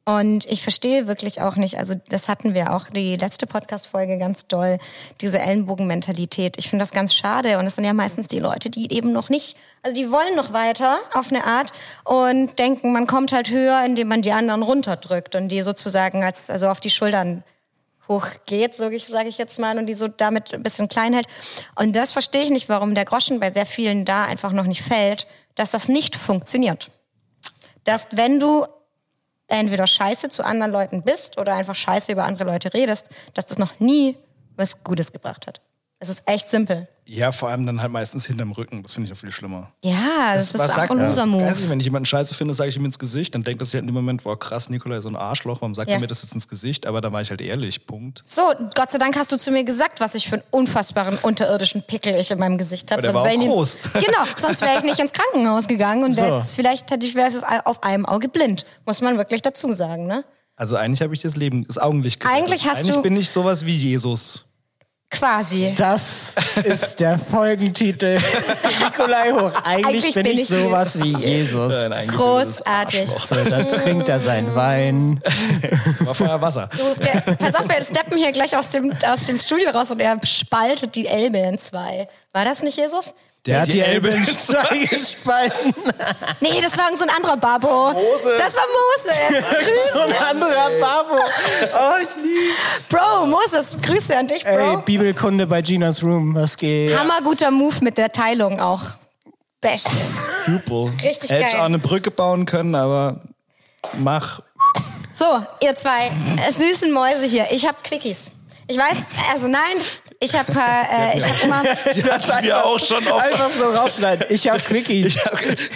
[SPEAKER 1] Und ich verstehe wirklich auch nicht, also das hatten wir auch die letzte Podcast-Folge ganz doll, diese Ellenbogenmentalität. Ich finde das ganz schade und es sind ja meistens die Leute, die eben noch nicht, also die wollen noch weiter auf eine Art und denken, man kommt halt höher, indem man die anderen runterdrückt und die sozusagen als, also auf die Schultern hochgeht, so sage ich jetzt mal, und die so damit ein bisschen klein hält. Und das verstehe ich nicht, warum der Groschen bei sehr vielen da einfach noch nicht fällt, dass das nicht funktioniert. Dass wenn du entweder scheiße zu anderen Leuten bist oder einfach scheiße über andere Leute redest, dass das noch nie was Gutes gebracht hat. Es ist echt simpel.
[SPEAKER 3] Ja, vor allem dann halt meistens hinterm Rücken. Das finde ich noch viel schlimmer.
[SPEAKER 1] Ja, das,
[SPEAKER 3] was
[SPEAKER 1] ist auch ein
[SPEAKER 3] man? Weiß ich,
[SPEAKER 1] Loser-Move.
[SPEAKER 3] wenn ich jemanden scheiße finde, sage ich ihm ins Gesicht. Dann denkt er sich halt in dem Moment, boah krass, Nikola ist so ein Arschloch, warum sagt
[SPEAKER 1] Ja.
[SPEAKER 3] er mir das jetzt ins Gesicht? Aber da war ich halt ehrlich, Punkt.
[SPEAKER 1] So, Gott sei Dank hast du zu mir gesagt, was ich für einen unfassbaren unterirdischen Pickel ich in meinem Gesicht habe.
[SPEAKER 3] Aber Oh, der war
[SPEAKER 1] wär ich
[SPEAKER 3] auch
[SPEAKER 1] nicht-
[SPEAKER 3] groß.
[SPEAKER 1] Genau, sonst wäre ich nicht ins Krankenhaus gegangen und wär
[SPEAKER 2] So.
[SPEAKER 1] jetzt, vielleicht hätte ich wäre auf einem Auge blind. Muss man wirklich dazu sagen, ne?
[SPEAKER 3] Also eigentlich habe ich das Leben, das Augenlicht gerettet.
[SPEAKER 1] Eigentlich hast
[SPEAKER 3] eigentlich
[SPEAKER 1] du-
[SPEAKER 3] bin ich sowas wie Jesus.
[SPEAKER 1] Quasi.
[SPEAKER 2] Das ist der Folgentitel. Nikolai Hoch. Eigentlich,
[SPEAKER 1] Eigentlich
[SPEAKER 2] bin,
[SPEAKER 1] bin
[SPEAKER 2] ich
[SPEAKER 1] ich
[SPEAKER 2] sowas wie Jesus.
[SPEAKER 3] Ein eingebildetes
[SPEAKER 1] Großartig.
[SPEAKER 2] So, dann trinkt er seinen Wein.
[SPEAKER 3] Arschloch. War vorher Wasser.
[SPEAKER 1] Du, der, pass auf, wir steppen hier gleich aus dem, aus dem Studio raus und er spaltet die Elbe in zwei. War das nicht Jesus?
[SPEAKER 2] Der hat die Elbe in
[SPEAKER 3] nicht
[SPEAKER 2] zwei gespalten.
[SPEAKER 1] Nee, das war irgend so ein anderer Babo.
[SPEAKER 3] Moses.
[SPEAKER 1] Das war Moses.
[SPEAKER 2] So ein anderer Babo. Oh, ich lieb's.
[SPEAKER 1] Bro, Moses, Grüße an dich,
[SPEAKER 2] Ey,
[SPEAKER 1] Bro.
[SPEAKER 2] Bibelkunde bei Ginas Room. Was geht?
[SPEAKER 1] Hammer guter Move mit der Teilung auch. Beste.
[SPEAKER 3] Super.
[SPEAKER 1] Richtig
[SPEAKER 3] Hätte ich
[SPEAKER 1] geil.
[SPEAKER 3] auch eine Brücke bauen können, aber mach.
[SPEAKER 1] So, ihr zwei äh, süßen Mäuse hier. Ich hab Quickies. Ich weiß, also nein, ich hab, äh, ich hab immer...
[SPEAKER 3] Das hat mir auch schon
[SPEAKER 2] Einfach so rausschneiden. Ich hab Quickies.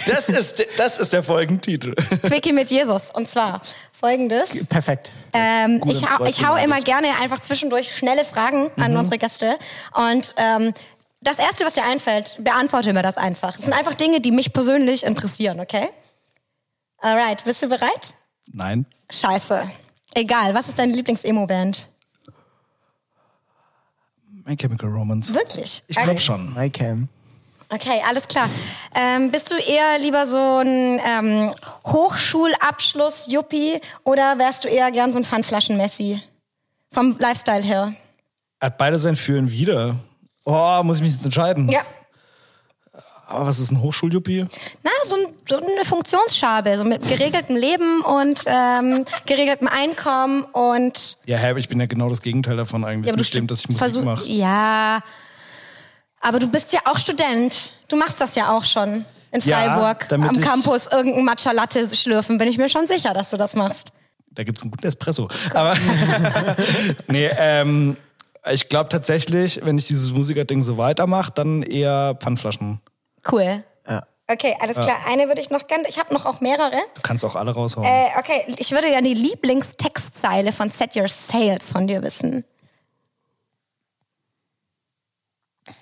[SPEAKER 3] Das ist, de- das ist der Folgentitel.
[SPEAKER 1] Quickie mit Jesus. Und zwar folgendes.
[SPEAKER 2] Perfekt.
[SPEAKER 1] Ähm,
[SPEAKER 3] Gut
[SPEAKER 1] ich,
[SPEAKER 3] ins
[SPEAKER 1] hau,
[SPEAKER 3] Kreuz Mhm.
[SPEAKER 1] ich hau
[SPEAKER 3] genagelt.
[SPEAKER 1] immer gerne einfach zwischendurch schnelle Fragen an unsere Gäste. Und ähm, das Erste, was dir einfällt, beantworte mir das einfach. Es sind einfach Dinge, die mich persönlich interessieren, okay? Alright, bist du bereit?
[SPEAKER 3] Nein.
[SPEAKER 1] Scheiße. Egal, was ist deine Lieblings-Emo-Band?
[SPEAKER 3] My Chemical Romance.
[SPEAKER 1] Wirklich?
[SPEAKER 3] Ich glaube schon.
[SPEAKER 2] My Cam.
[SPEAKER 1] Okay, alles klar. Ähm, bist du eher lieber so ein ähm, Hochschulabschluss-Yuppie oder wärst du eher gern so ein Pfandflaschen-Messi? Vom Lifestyle her.
[SPEAKER 3] Hat beide sein Führen wieder. Oh, muss ich mich jetzt entscheiden.
[SPEAKER 1] Ja,
[SPEAKER 3] Aber was ist ein Hochschuljuppie?
[SPEAKER 1] Na, so, ein, so eine Funktionsschabel, so mit geregeltem Leben und ähm, geregeltem Einkommen und
[SPEAKER 3] Ja, hä, aber ich bin ja genau das Gegenteil davon eigentlich.
[SPEAKER 1] ja, aber
[SPEAKER 3] mit dem, dass ich Musik
[SPEAKER 1] versuch-
[SPEAKER 3] mache.
[SPEAKER 1] Ja, aber du bist ja auch Student. Du machst das ja auch schon in
[SPEAKER 3] Ja,
[SPEAKER 1] Freiburg
[SPEAKER 3] damit
[SPEAKER 1] am
[SPEAKER 3] ich-
[SPEAKER 1] Campus irgendein Matcha Latte schlürfen. Bin ich mir schon sicher, dass du das machst.
[SPEAKER 3] Da gibt es einen guten Espresso. Aber nee, ähm, ich glaube tatsächlich, wenn ich dieses Musikerding so weitermache, dann eher Pfandflaschen.
[SPEAKER 1] Cool. Okay, alles klar. Eine würde ich noch gern. Ich habe noch auch mehrere.
[SPEAKER 3] Du kannst auch alle raushauen.
[SPEAKER 1] Äh, okay, ich würde gerne die Lieblingstextzeile von Set Your Sales von dir wissen.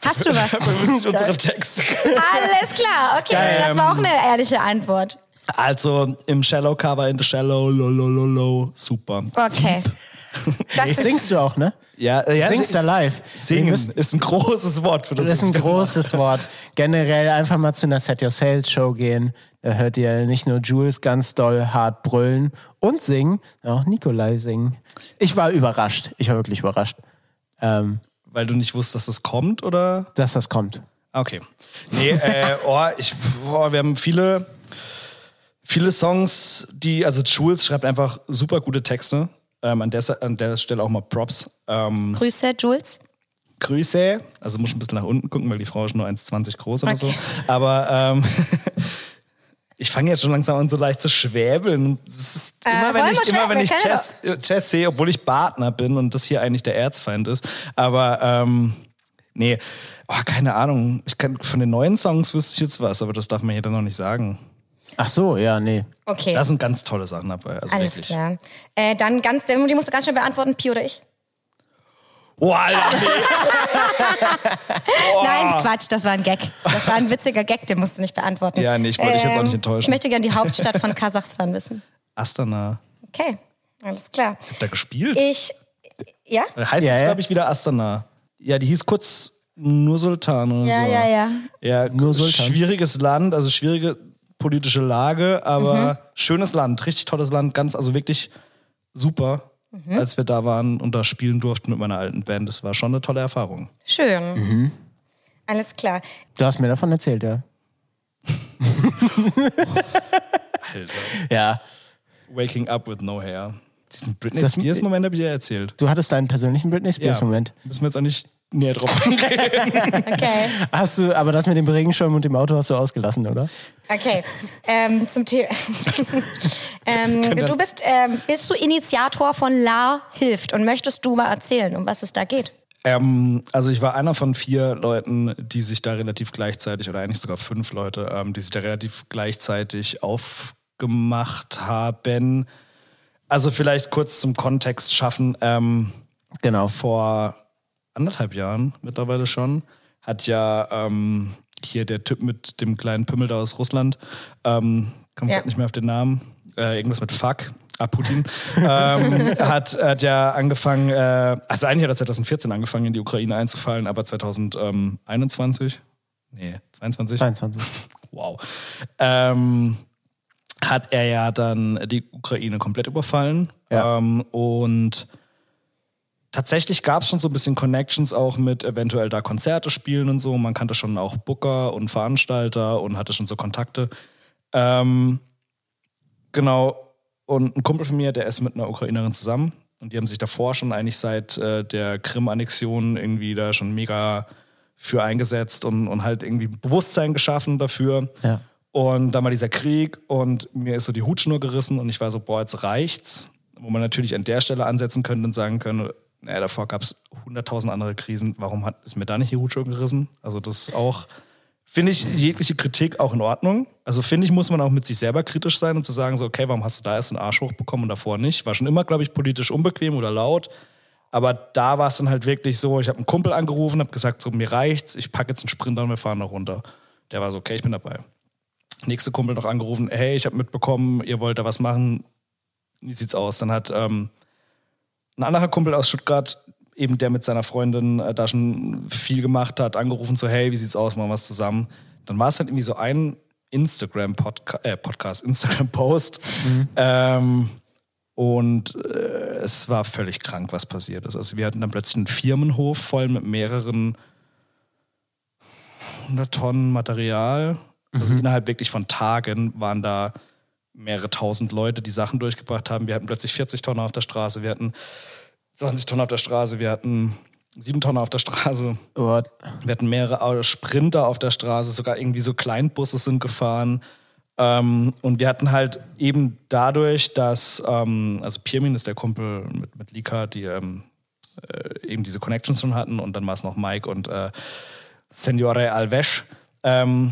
[SPEAKER 1] Hast du was?
[SPEAKER 3] Wir wissen nicht unsere Texte.
[SPEAKER 1] Alles klar, okay. Das war auch eine ehrliche Antwort.
[SPEAKER 3] Also im Shallow Cover in the Shallow, low, low, low, low. Super.
[SPEAKER 1] Okay. Das
[SPEAKER 2] Ich
[SPEAKER 1] ist,
[SPEAKER 2] singst du auch, ne?
[SPEAKER 3] Ja, äh, ja
[SPEAKER 2] Singst da live.
[SPEAKER 3] singen
[SPEAKER 2] Wir müssen-
[SPEAKER 3] ist ein großes Wort für das. genau.
[SPEAKER 2] Das ist ein
[SPEAKER 3] was ich
[SPEAKER 2] großes Wort. Generell einfach mal zu einer Set Your Sales Show gehen. Da hört ihr nicht nur Jules ganz doll hart brüllen und singen, auch Nikolai singen. Ich war überrascht. Ich war wirklich überrascht, ähm,
[SPEAKER 3] mache. Weil du nicht wusstest, dass das kommt, oder?
[SPEAKER 2] dass das kommt.
[SPEAKER 3] Okay. Nee, äh, oh, ich, oh, wir haben viele, viele Songs, die, also Jules schreibt einfach super gute Texte. Ähm, an, der, an der Stelle auch mal Props. Ähm,
[SPEAKER 1] Grüße, Jules.
[SPEAKER 3] Grüße. Also muss ich ein bisschen nach unten gucken, weil die Frau ist nur 1,20 groß oder so. Aber ähm, ich fange jetzt schon langsam an, so leicht zu schwäbeln. Das ist
[SPEAKER 1] Äh,
[SPEAKER 3] immer, wenn
[SPEAKER 1] wollen
[SPEAKER 3] ich,
[SPEAKER 1] wir
[SPEAKER 3] immer, wenn
[SPEAKER 1] schwäbeln?
[SPEAKER 3] ich
[SPEAKER 1] Keine
[SPEAKER 3] Jazz, Jazz sehe, obwohl ich Partner bin und das hier eigentlich der Erzfeind ist. Aber ähm, nee, oh, keine Ahnung. Ich kann, von den neuen Songs wüsste ich jetzt was, aber das darf man hier dann noch nicht sagen.
[SPEAKER 2] Ach so, ja, nee.
[SPEAKER 1] Okay,
[SPEAKER 3] Da sind ganz tolle Sachen dabei. Also
[SPEAKER 1] alles
[SPEAKER 3] wirklich.
[SPEAKER 1] klar. Äh, dann ganz, die musst du ganz schnell beantworten, Pi oder ich.
[SPEAKER 3] Oh, Alter, nee. Oh.
[SPEAKER 1] Nein, Quatsch, das war ein Gag. Das war ein witziger Gag, den musst du nicht beantworten. Ähm,
[SPEAKER 3] Ja, nee, ich wollte dich jetzt auch nicht enttäuschen.
[SPEAKER 1] Ich möchte gerne die Hauptstadt von Kasachstan wissen.
[SPEAKER 3] Astana.
[SPEAKER 1] Okay, alles klar.
[SPEAKER 3] Hab da gespielt?
[SPEAKER 1] Ich, ja?
[SPEAKER 3] Heißt
[SPEAKER 2] Ja,
[SPEAKER 3] jetzt,
[SPEAKER 2] ja.
[SPEAKER 3] glaube ich, wieder Astana. Ja, die hieß kurz nur Sultan oder
[SPEAKER 1] Ja,
[SPEAKER 3] so.
[SPEAKER 1] ja, ja.
[SPEAKER 3] Ja,
[SPEAKER 2] Nur Sultan.
[SPEAKER 3] schwieriges Land, also schwierige politische Lage,
[SPEAKER 1] Mhm.
[SPEAKER 3] aber schönes Land, richtig tolles Land, ganz, also wirklich super,
[SPEAKER 1] Mhm.
[SPEAKER 3] als wir da waren und da spielen durften mit meiner alten Band. Das war schon eine tolle Erfahrung.
[SPEAKER 1] Schön. Alles klar.
[SPEAKER 2] Du hast mir davon erzählt, ja. Ja.
[SPEAKER 3] Waking up with no hair. Diesen Britney
[SPEAKER 2] Das-
[SPEAKER 3] Spears Moment habe ich ja erzählt.
[SPEAKER 2] Du hattest deinen persönlichen Britney Spears Moment.
[SPEAKER 3] Ja, müssen wir jetzt auch nicht näher drauf eingehen.
[SPEAKER 1] Okay.
[SPEAKER 2] Hast du, aber das mit dem Regenschirm und dem Auto hast du ausgelassen, oder?
[SPEAKER 1] Okay. Ähm, zum Thema. ähm, du bist, ähm, bist du Initiator von La Hilft und möchtest du mal erzählen, um was es da geht?
[SPEAKER 3] Ähm, also ich war einer von vier Leuten, die sich da relativ gleichzeitig, oder eigentlich sogar fünf Leute, ähm, die sich da relativ gleichzeitig aufgemacht haben. Also vielleicht kurz zum Kontext schaffen. Ähm,
[SPEAKER 2] Genau.
[SPEAKER 3] vor anderthalb Jahren mittlerweile schon, hat ja ähm, hier der Typ mit dem kleinen Pimmel da aus Russland, ähm, kommt
[SPEAKER 1] Ja.
[SPEAKER 3] grad nicht mehr auf den Namen, äh, irgendwas mit Fuck. Ah, Putin ähm, hat, hat ja angefangen, äh, also eigentlich hat er 2014 angefangen, in die Ukraine einzufallen, aber 2021, nee, 22,
[SPEAKER 2] 22.
[SPEAKER 3] Wow. Ähm, hat er ja dann die Ukraine komplett überfallen.
[SPEAKER 2] Ja.
[SPEAKER 3] Ähm, und tatsächlich gab es schon so ein bisschen Connections auch mit eventuell da Konzerte spielen und so. Man kannte schon auch Booker und Veranstalter und hatte schon so Kontakte. Ähm, genau. Und ein Kumpel von mir, der ist mit einer Ukrainerin zusammen. Und die haben sich davor schon eigentlich seit äh, der Krim-Annexion irgendwie da schon mega für eingesetzt und, und halt irgendwie Bewusstsein geschaffen dafür.
[SPEAKER 2] Ja.
[SPEAKER 3] Und dann war dieser Krieg und mir ist so die Hutschnur gerissen und ich war so, boah, jetzt reicht's. Wo man natürlich an der Stelle ansetzen könnte und sagen könnte, naja, davor gab's hunderttausend andere Krisen, warum hat, ist mir da nicht die Hutschnur gerissen? Also das ist auch, finde ich, jegliche Kritik auch in Ordnung. Also finde ich, muss man auch mit sich selber kritisch sein und zu sagen so, okay, warum hast du da erst einen Arsch hochbekommen und davor nicht? War schon immer, glaube ich, politisch unbequem oder laut. Aber da war es dann halt wirklich so, ich habe einen Kumpel angerufen, habe gesagt, so, mir reicht's, ich packe jetzt einen Sprinter und wir fahren da runter. Der war so, okay, ich bin dabei nächste Kumpel noch angerufen, hey, ich habe mitbekommen, ihr wollt da was machen, wie sieht's aus? Dann hat ähm, ein anderer Kumpel aus Stuttgart, eben der mit seiner Freundin äh, da schon viel gemacht hat, angerufen so, hey, wie sieht's aus, machen wir was zusammen. Dann war es halt irgendwie so ein Instagram-Podcast, äh, Podcast, Instagram-Post. Ähm, und äh, es war völlig krank, was passiert ist. Also wir hatten dann plötzlich einen Firmenhof voll mit mehreren 100 Tonnen Material. Also innerhalb wirklich von Tagen waren da mehrere tausend Leute, die Sachen durchgebracht haben. Wir hatten plötzlich 40 Tonnen auf der Straße, wir hatten 20 Tonnen auf der Straße, wir hatten 7 Tonnen auf der Straße.
[SPEAKER 2] What?
[SPEAKER 3] Wir hatten mehrere Au- Sprinter auf der Straße, sogar irgendwie so Kleinbusse sind gefahren. Ähm, und wir hatten halt eben dadurch, dass, ähm, also Pirmin ist der Kumpel mit, mit Lika, die ähm, äh, eben diese Connections schon hatten. Und dann war es noch Mike und äh, Senore Alves. Ähm,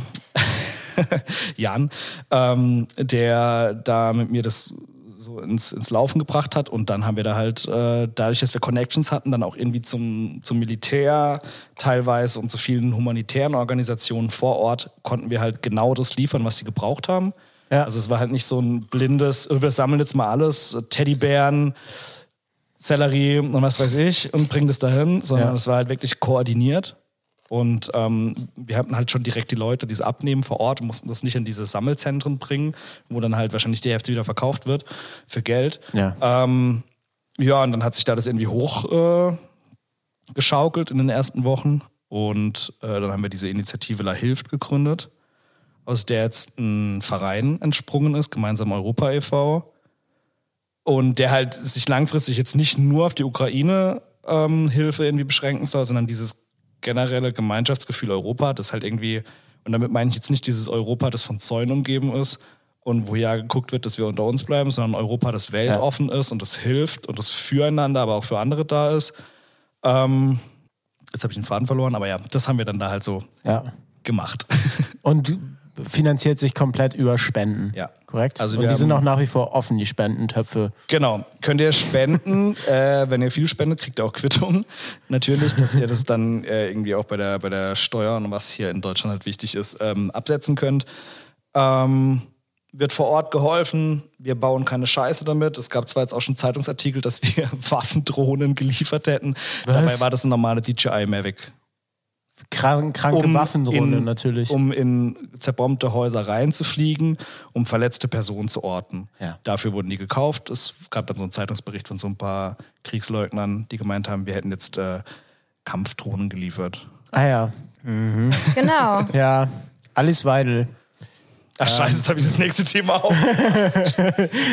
[SPEAKER 3] Jan, ähm, der da mit mir das so ins, ins Laufen gebracht hat. Und dann haben wir da halt, äh, dadurch, dass wir Connections hatten, dann auch irgendwie zum, zum Militär teilweise und zu vielen humanitären Organisationen vor Ort, konnten wir halt genau das liefern, was sie gebraucht haben.
[SPEAKER 2] Ja.
[SPEAKER 3] Also es war halt nicht so ein blindes, "Oh, wir sammeln jetzt mal alles, Teddybären, Sellerie und was weiß ich und bringen das dahin, sondern
[SPEAKER 2] Ja.
[SPEAKER 3] es war halt wirklich koordiniert. Und ähm, wir hatten halt schon direkt die Leute, die es abnehmen vor Ort, mussten das nicht in diese Sammelzentren bringen, wo dann halt wahrscheinlich die Hälfte wieder verkauft wird für Geld.
[SPEAKER 2] Ja.
[SPEAKER 3] Ähm, ja, und dann hat sich da das irgendwie hoch äh, geschaukelt in den ersten Wochen. Und äh, dann haben wir diese Initiative La Hilft gegründet, aus der jetzt ein Verein entsprungen ist, gemeinsam Europa e e.V. Und der halt sich langfristig jetzt nicht nur auf die Ukraine ähm, Hilfe irgendwie beschränken soll, sondern dieses generelle Gemeinschaftsgefühl Europa, das halt irgendwie, und damit meine ich jetzt nicht dieses Europa, das von Zäunen umgeben ist und wo ja geguckt wird, dass wir unter uns bleiben, sondern Europa, das weltoffen ist und das hilft und das füreinander, aber auch für andere da ist. Ähm, jetzt habe ich den Faden verloren, aber ja, das haben wir dann da halt so
[SPEAKER 2] Ja.
[SPEAKER 3] gemacht.
[SPEAKER 2] Und finanziert sich komplett über Spenden.
[SPEAKER 3] Ja.
[SPEAKER 2] Korrekt?
[SPEAKER 3] Also
[SPEAKER 2] Also und
[SPEAKER 3] wir
[SPEAKER 2] die sind
[SPEAKER 3] haben-
[SPEAKER 2] auch nach wie vor offen, die Spendentöpfe.
[SPEAKER 3] Genau, könnt ihr spenden. äh, wenn ihr viel spendet, kriegt ihr auch Quittungen. Natürlich, dass ihr das dann äh, irgendwie auch bei der, bei der Steuer und was hier in Deutschland halt wichtig ist, ähm, absetzen könnt. Ähm, wird vor Ort geholfen. Wir bauen keine Scheiße damit. Es gab zwar jetzt auch schon Zeitungsartikel, dass wir Waffendrohnen geliefert hätten. Dabei war das eine normale DJI Mavic.
[SPEAKER 2] Krank, kranke Waffendrohne
[SPEAKER 3] Um in-
[SPEAKER 2] natürlich.
[SPEAKER 3] Um in zerbombte Häuser reinzufliegen, um verletzte Personen zu orten.
[SPEAKER 2] Ja.
[SPEAKER 3] Dafür wurden die gekauft. Es gab dann so einen Zeitungsbericht von so ein paar Kriegsleugnern, die gemeint haben, wir hätten jetzt äh, Kampfdrohnen geliefert.
[SPEAKER 2] ah ja.
[SPEAKER 1] Genau.
[SPEAKER 2] Ja. Alice Weidel.
[SPEAKER 3] Ach
[SPEAKER 2] Ähm.
[SPEAKER 3] scheiße, jetzt habe ich das nächste Thema auf.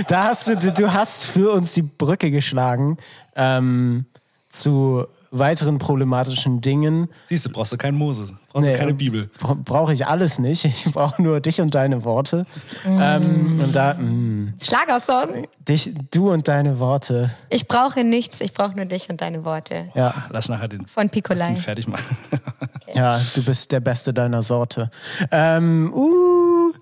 [SPEAKER 2] Da hast du, du, du hast für uns die Brücke geschlagen ähm, zu weiteren problematischen Dingen.
[SPEAKER 3] Siehst du, brauchst du keinen Moses, brauchst du keine Bibel.
[SPEAKER 2] bra- Brauche ich alles nicht. Ich brauche nur dich und deine Worte. Ähm, und da, mh,
[SPEAKER 1] Schlagersong.
[SPEAKER 2] dich, du und deine Worte.
[SPEAKER 1] Ich brauche nichts, ich brauche nur dich und deine Worte.
[SPEAKER 2] Ja.
[SPEAKER 3] Lass nachher den
[SPEAKER 1] Von Picolai.
[SPEAKER 3] Kasten fertig machen.
[SPEAKER 2] Ja, du bist der Beste deiner Sorte. Ähm, uh,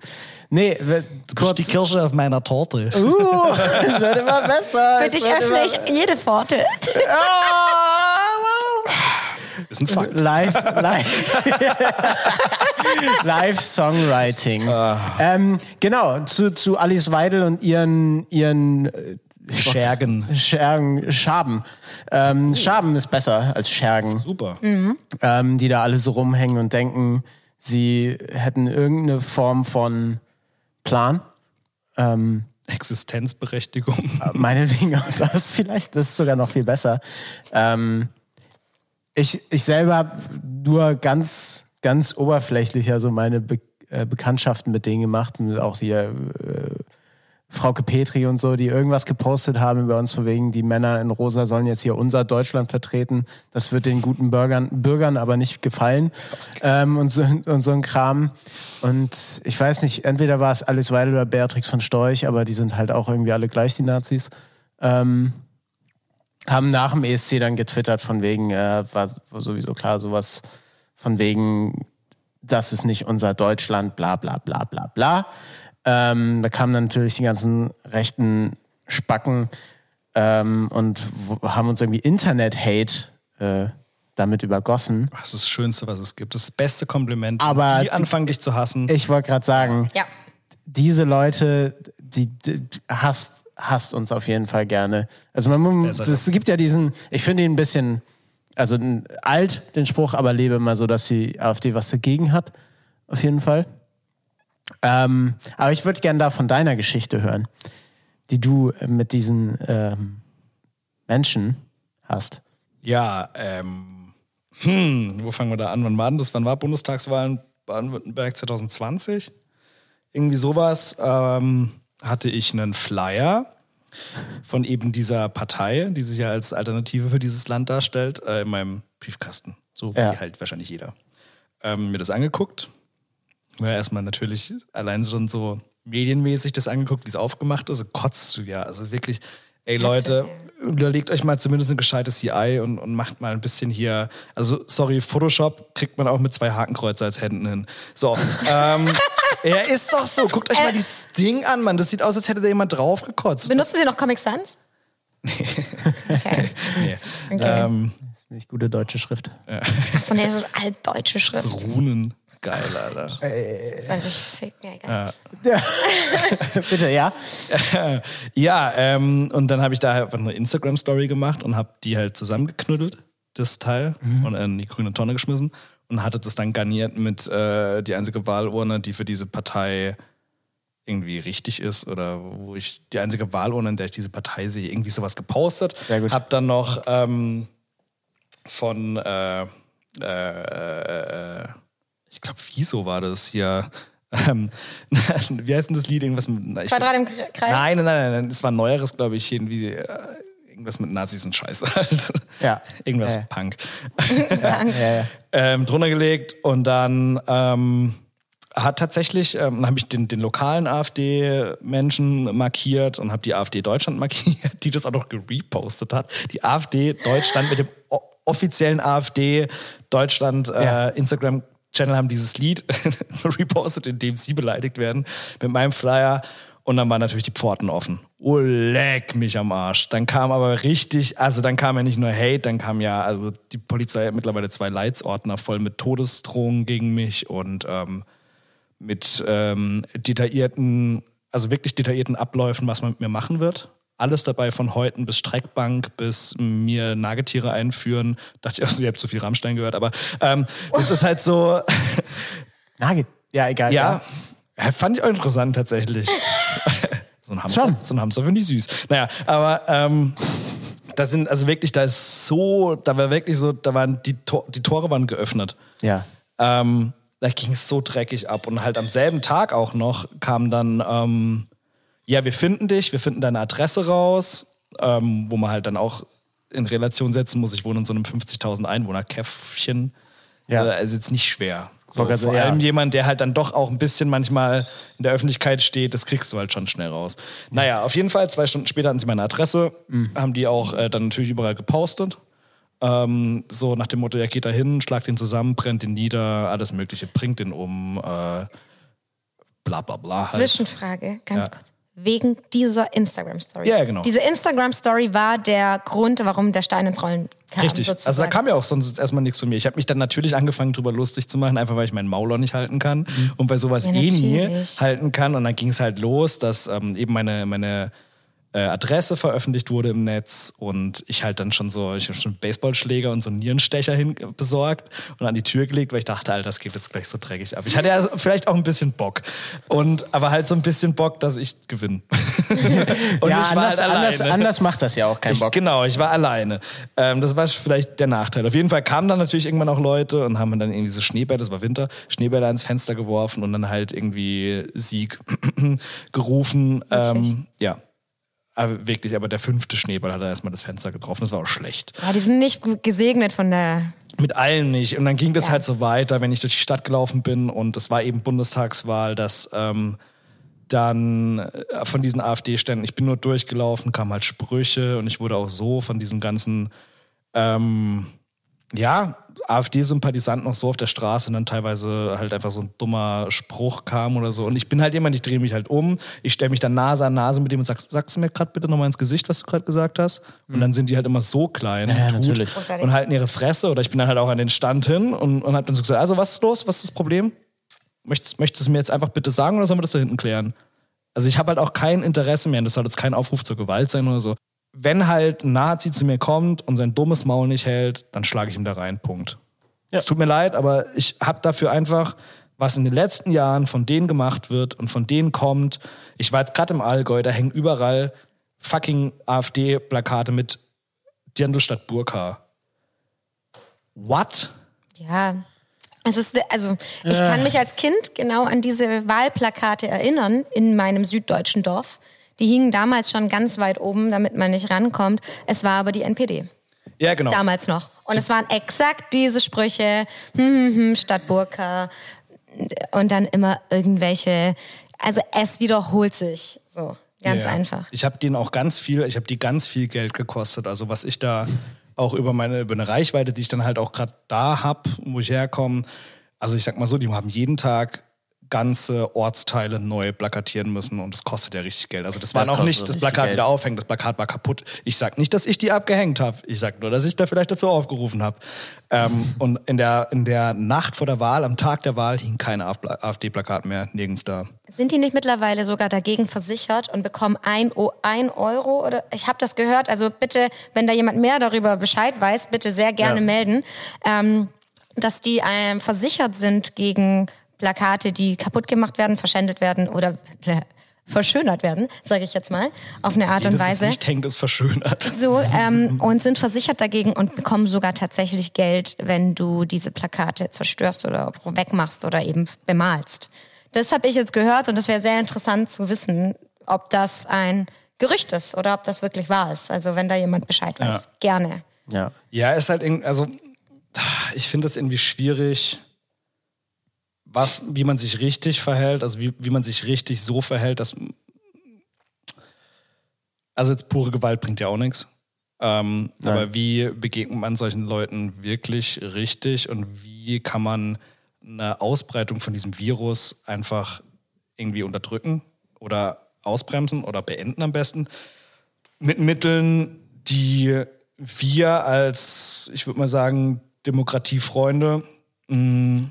[SPEAKER 2] nee, w- kurz.
[SPEAKER 3] Kirsche auf meiner Torte.
[SPEAKER 2] Uh, es wird immer besser.
[SPEAKER 1] Für
[SPEAKER 2] es
[SPEAKER 1] dich
[SPEAKER 2] wird
[SPEAKER 1] öffne
[SPEAKER 2] immer-
[SPEAKER 1] ich jede Pforte.
[SPEAKER 3] Ist ein Fakt.
[SPEAKER 2] Live, live, live Songwriting. Ähm, genau, zu, zu Alice Weidel und ihren, ihren äh,
[SPEAKER 3] Schergen.
[SPEAKER 2] Schergen, Schaben. Ähm, Schaben ist besser als Schergen.
[SPEAKER 3] Super.
[SPEAKER 1] Mhm.
[SPEAKER 2] ähm, die da alle so rumhängen und denken, sie hätten irgendeine Form von Plan.
[SPEAKER 3] Existenzberechtigung.
[SPEAKER 2] Ah, Meinetwegen auch das vielleicht, das ist sogar noch viel besser. Ähm, ich, ich selber habe nur ganz, ganz oberflächlich ja so meine Be äh, Bekanntschaften mit denen gemacht, und auch hier Frauke Petri und so, die irgendwas gepostet haben über uns, von wegen, die Männer in Rosa sollen jetzt hier unser Deutschland vertreten. Das wird den guten Bürgern, Bürgern aber nicht gefallen. Ähm, und, so, und so ein Kram. Und ich weiß nicht, entweder war es Alice Weidel oder Beatrix von Storch, aber die sind halt auch irgendwie alle gleich, die Nazis. Ähm, haben nach dem ESC dann getwittert, von wegen, äh, war sowieso klar, sowas, von wegen, das ist nicht unser Deutschland, bla bla bla bla bla. Ähm, da kamen dann natürlich die ganzen rechten Spacken ähm, und w- haben uns irgendwie Internet-Hate äh, damit übergossen.
[SPEAKER 3] Das ist das Schönste, was es gibt. Das beste Kompliment.
[SPEAKER 2] Aber
[SPEAKER 3] die anfangen, dich zu hassen.
[SPEAKER 2] Ich wollte gerade sagen,
[SPEAKER 1] Ja.
[SPEAKER 2] diese Leute, die, die die hasst, hasst uns auf jeden Fall gerne. Also man muss,
[SPEAKER 3] Bessere.
[SPEAKER 2] es gibt ja diesen, ich finde ihn ein bisschen, also n- alt, den Spruch, aber lebe mal so, dass die AfD was dagegen hat. Auf jeden Fall. Ähm, aber ich würde gerne da von deiner Geschichte hören, die du mit diesen ähm, Menschen hast.
[SPEAKER 3] Ja, ähm, hm, wo fangen wir da an? Wann war denn das? Wann war Bundestagswahlen Baden-Württemberg 2020? Irgendwie sowas ähm, hatte ich einen Flyer von eben dieser Partei, die sich ja als Alternative für dieses Land darstellt, äh, in meinem Briefkasten. So wie
[SPEAKER 2] Ja.
[SPEAKER 3] halt wahrscheinlich jeder. Ähm, mir das angeguckt. Ja, erstmal natürlich allein schon so medienmäßig das angeguckt, wie es aufgemacht ist. Kotzt du ja. Also wirklich, ey Leute, überlegt euch mal zumindest ein gescheites CI und, und macht mal ein bisschen hier. Also, sorry, Photoshop kriegt man auch mit zwei Hakenkreuze als Händen hin. So. ähm, ja, ist doch so. Guckt euch mal dieses Ding an, Mann. Das sieht aus, als hätte da jemand draufgekotzt.
[SPEAKER 1] Benutzen Sie noch Comic Sans? Okay.
[SPEAKER 3] Nee.
[SPEAKER 1] Okay.
[SPEAKER 3] Ähm,
[SPEAKER 2] Ist nicht gute deutsche Schrift.
[SPEAKER 1] Ach so eine altdeutsche
[SPEAKER 3] so
[SPEAKER 1] Schrift.
[SPEAKER 3] Runen. Geil, Alter.
[SPEAKER 1] Sollen sich ficken, ja, egal.
[SPEAKER 2] Bitte, ja?
[SPEAKER 3] Ja, ähm, und dann habe ich da halt einfach eine Instagram-Story gemacht und habe die halt zusammengeknüttelt, das Teil,
[SPEAKER 2] Mhm.
[SPEAKER 3] und in die grüne Tonne geschmissen und hatte das dann garniert mit äh, die einzige Wahlurne, die für diese Partei irgendwie richtig ist oder wo ich die einzige Wahlurne, in der ich diese Partei sehe, irgendwie sowas gepostet.
[SPEAKER 2] Sehr gut.
[SPEAKER 3] Hab dann noch ähm, von, äh, äh, äh, äh, ich glaube, wieso war das hier? Ähm, wie heißt denn das Lied? Irgendwas mit, na, ich
[SPEAKER 1] Quadrat im Kreis.
[SPEAKER 3] Nein, nein, nein, nein. Es war ein neueres, glaube ich, irgendwie. äh, irgendwas mit Nazis sind scheiße halt.
[SPEAKER 2] Ja.
[SPEAKER 3] Irgendwas
[SPEAKER 2] Ja, ja.
[SPEAKER 3] Punk.
[SPEAKER 2] Ja, ja.
[SPEAKER 3] ähm, drunter gelegt und dann ähm, hat tatsächlich, ähm, habe ich den, den lokalen AfD-Menschen markiert und habe die AfD Deutschland markiert, die das auch noch gerepostet hat. Die AfD Deutschland mit dem o- offiziellen AfD Deutschland äh,
[SPEAKER 2] Ja.
[SPEAKER 3] Instagram Channel haben dieses Lied repostet, in dem sie beleidigt werden, mit meinem Flyer. Und dann waren natürlich die Pforten offen. Oh, leck mich am Arsch. Dann kam aber richtig, also dann kam ja nicht nur Hate, dann kam ja, also die Polizei hat mittlerweile zwei Leitsordner voll mit Todesdrohungen gegen mich und ähm, mit ähm, detaillierten, also wirklich detaillierten Abläufen, was man mit mir machen wird. Alles dabei von Häuten bis Streckbank bis mir Nagetiere einführen. Dachte ich auch so, ihr habt zu viel Rammstein gehört, aber ähm, es ist halt so,
[SPEAKER 2] Nagel. Ja, egal.
[SPEAKER 3] ja, fand ich auch interessant tatsächlich. so ein Hamster,
[SPEAKER 2] Schon.
[SPEAKER 3] so ein Hamster finde ich süß. Naja, aber ähm, da sind, also wirklich, da ist so, da war wirklich so, da waren die, Tor, die Tore waren geöffnet.
[SPEAKER 2] Ja.
[SPEAKER 3] Ähm, da ging es so dreckig ab. Und halt am selben Tag auch noch kam dann, ähm, ja, wir finden dich, wir finden deine Adresse raus, ähm, wo man halt dann auch in Relation setzen muss, ich wohne in so einem 50.000 Einwohner-Käffchen.
[SPEAKER 2] Ja.
[SPEAKER 3] Äh, ist jetzt nicht schwer. So,
[SPEAKER 2] Wollte gerade
[SPEAKER 3] vor
[SPEAKER 2] sagen, ja.
[SPEAKER 3] allem jemand, der halt dann doch auch ein bisschen manchmal in der Öffentlichkeit steht, das kriegst du halt schon schnell raus. Naja, auf jeden Fall, zwei Stunden später hatten sie meine Adresse,
[SPEAKER 2] Mhm.
[SPEAKER 3] haben die auch äh, dann natürlich überall gepostet. Ähm, so nach dem Motto, ja, geht da hin, schlagt den zusammen, brennt den nieder, alles Mögliche, bringt den um, äh, bla bla bla. Halt.
[SPEAKER 1] Zwischenfrage, ganz
[SPEAKER 3] Ja.
[SPEAKER 1] kurz. Wegen dieser Instagram-Story.
[SPEAKER 3] Ja, ja, genau.
[SPEAKER 1] Diese Instagram-Story war der Grund, warum der Stein ins Rollen kam.
[SPEAKER 3] Richtig.
[SPEAKER 1] Sozusagen.
[SPEAKER 3] Also da kam ja auch sonst jetzt erstmal nichts von mir. Ich habe mich dann natürlich angefangen, drüber lustig zu machen, einfach weil ich meinen Mauler nicht halten kann und bei sowas
[SPEAKER 1] Ja,
[SPEAKER 3] eh nie
[SPEAKER 1] natürlich.
[SPEAKER 3] halten kann. Und dann ging es halt los, dass ähm, eben meine, meine äh, Adresse veröffentlicht wurde im Netz und ich halt dann schon so, ich habe schon einen Baseballschläger und so einen Nierenstecher hin äh, besorgt und an die Tür gelegt, weil ich dachte, Alter, das geht jetzt gleich so dreckig ab. Ich hatte ja vielleicht auch ein bisschen Bock. Und aber halt so ein bisschen Bock, dass ich gewinne. und
[SPEAKER 2] ja,
[SPEAKER 3] war
[SPEAKER 2] anders,
[SPEAKER 3] halt
[SPEAKER 2] anders,
[SPEAKER 3] alleine.
[SPEAKER 2] anders macht das ja auch keinen
[SPEAKER 3] Ich,
[SPEAKER 2] Bock.
[SPEAKER 3] genau, ich war alleine. Ähm, das war vielleicht der Nachteil. Auf jeden Fall kamen dann natürlich irgendwann auch Leute und haben dann irgendwie so Schneebälle, das war Winter, Schneebälle ans Fenster geworfen und dann halt irgendwie Sieg gerufen. Ähm, ja. Aber wirklich, aber der fünfte Schneeball hat dann erstmal das Fenster getroffen. Das war auch schlecht.
[SPEAKER 1] ja, die sind nicht gesegnet von der.
[SPEAKER 3] Mit allen nicht. Und dann ging das
[SPEAKER 1] Ja.
[SPEAKER 3] halt so weiter, wenn ich durch die Stadt gelaufen bin und es war eben Bundestagswahl, dass ähm, dann äh, von diesen AfD-Ständen, ich bin nur durchgelaufen, kamen halt Sprüche und ich wurde auch so von diesen ganzen, ähm, ja, AfD-Sympathisanten auch so auf der Straße und dann teilweise halt einfach so ein dummer Spruch kam oder so. Und ich bin halt jemand, ich drehe mich halt um, ich stelle mich dann Nase an Nase mit dem und sag, sagst du mir gerade bitte nochmal ins Gesicht, was du gerade gesagt hast? Und dann sind die halt immer so klein.
[SPEAKER 2] Hm. Ja, ja,
[SPEAKER 3] und tut
[SPEAKER 2] natürlich.
[SPEAKER 1] Großartig.
[SPEAKER 3] und halten ihre Fresse oder ich bin dann halt auch an den Stand hin und, und hab dann so gesagt, also was ist los, was ist das Problem? Möchtest, möchtest du mir jetzt einfach bitte sagen oder sollen wir das da hinten klären? Also ich habe halt auch kein Interesse mehr und das soll jetzt kein Aufruf zur Gewalt sein oder so. Wenn halt ein Nazi zu mir kommt und sein dummes Maul nicht hält, dann schlage ich ihm da rein, Punkt.
[SPEAKER 2] Ja.
[SPEAKER 3] Es tut mir leid, aber ich habe dafür einfach, was in den letzten Jahren von denen gemacht wird und von denen kommt. Ich war jetzt gerade im Allgäu, da hängen überall fucking AfD-Plakate mit Dirndl statt Burka. What?
[SPEAKER 1] Ja. Es ist, also, ich kann mich als Kind genau an diese Wahlplakate erinnern in meinem süddeutschen Dorf. Die hingen damals schon ganz weit oben, damit man nicht rankommt. Es war aber die NPD.
[SPEAKER 3] Ja, genau.
[SPEAKER 1] Damals noch. Und es waren exakt diese Sprüche, hm, hm, hm, statt Burka. Und dann immer irgendwelche, also es wiederholt sich. So, ganz
[SPEAKER 3] Ja, ja.
[SPEAKER 1] einfach.
[SPEAKER 3] Ich habe denen auch ganz viel, ich habe die ganz viel Geld gekostet. Also was ich da auch über meine über eine Reichweite, die ich dann halt auch gerade da habe, wo ich herkomme. Also ich sag mal so, die haben jeden Tag ganze Ortsteile neu plakatieren müssen und das kostet ja richtig Geld. Also das,
[SPEAKER 2] Das
[SPEAKER 3] war noch
[SPEAKER 2] kostet
[SPEAKER 3] nicht das
[SPEAKER 2] richtig
[SPEAKER 3] Plakat
[SPEAKER 2] Geld.
[SPEAKER 3] wieder aufhängen, das Plakat war kaputt. Ich sag nicht, dass ich die abgehängt habe. Ich sag nur, dass ich da vielleicht dazu aufgerufen habe. Ähm, und in der, in der Nacht vor der Wahl, am Tag der Wahl, hing kein AfD-Plakat mehr, nirgends da.
[SPEAKER 1] Sind die nicht mittlerweile sogar dagegen versichert und bekommen ein, o ein Euro? Oder ich habe das gehört. Also bitte, wenn da jemand mehr darüber Bescheid weiß, bitte sehr gerne
[SPEAKER 3] Ja.
[SPEAKER 1] melden, ähm, dass die ähm, versichert sind gegen Plakate, die kaputt gemacht werden, verschändet werden oder äh, verschönert werden, sage ich jetzt mal, auf eine Art und
[SPEAKER 3] Dass es
[SPEAKER 1] Weise.
[SPEAKER 3] nicht hängt, ist verschönert.
[SPEAKER 1] So, ähm, und sind versichert dagegen und bekommen sogar tatsächlich Geld, wenn du diese Plakate zerstörst oder wegmachst oder eben bemalst. Das habe ich jetzt gehört und das wäre sehr interessant zu wissen, ob das ein Gerücht ist oder ob das wirklich wahr ist. Also wenn da jemand Bescheid weiß, gerne.
[SPEAKER 2] Ja.
[SPEAKER 3] Ja, ist halt irgendwie, also ich finde das irgendwie schwierig, was, wie man sich richtig verhält, also wie, wie man sich richtig so verhält, dass. Also jetzt pure Gewalt bringt ja auch nichts. Ähm, aber wie begegnet man solchen Leuten wirklich richtig und wie kann man eine Ausbreitung von diesem Virus einfach irgendwie unterdrücken oder ausbremsen oder beenden am besten? mit Mitteln, die wir als, ich würde mal sagen, Demokratiefreunde mh,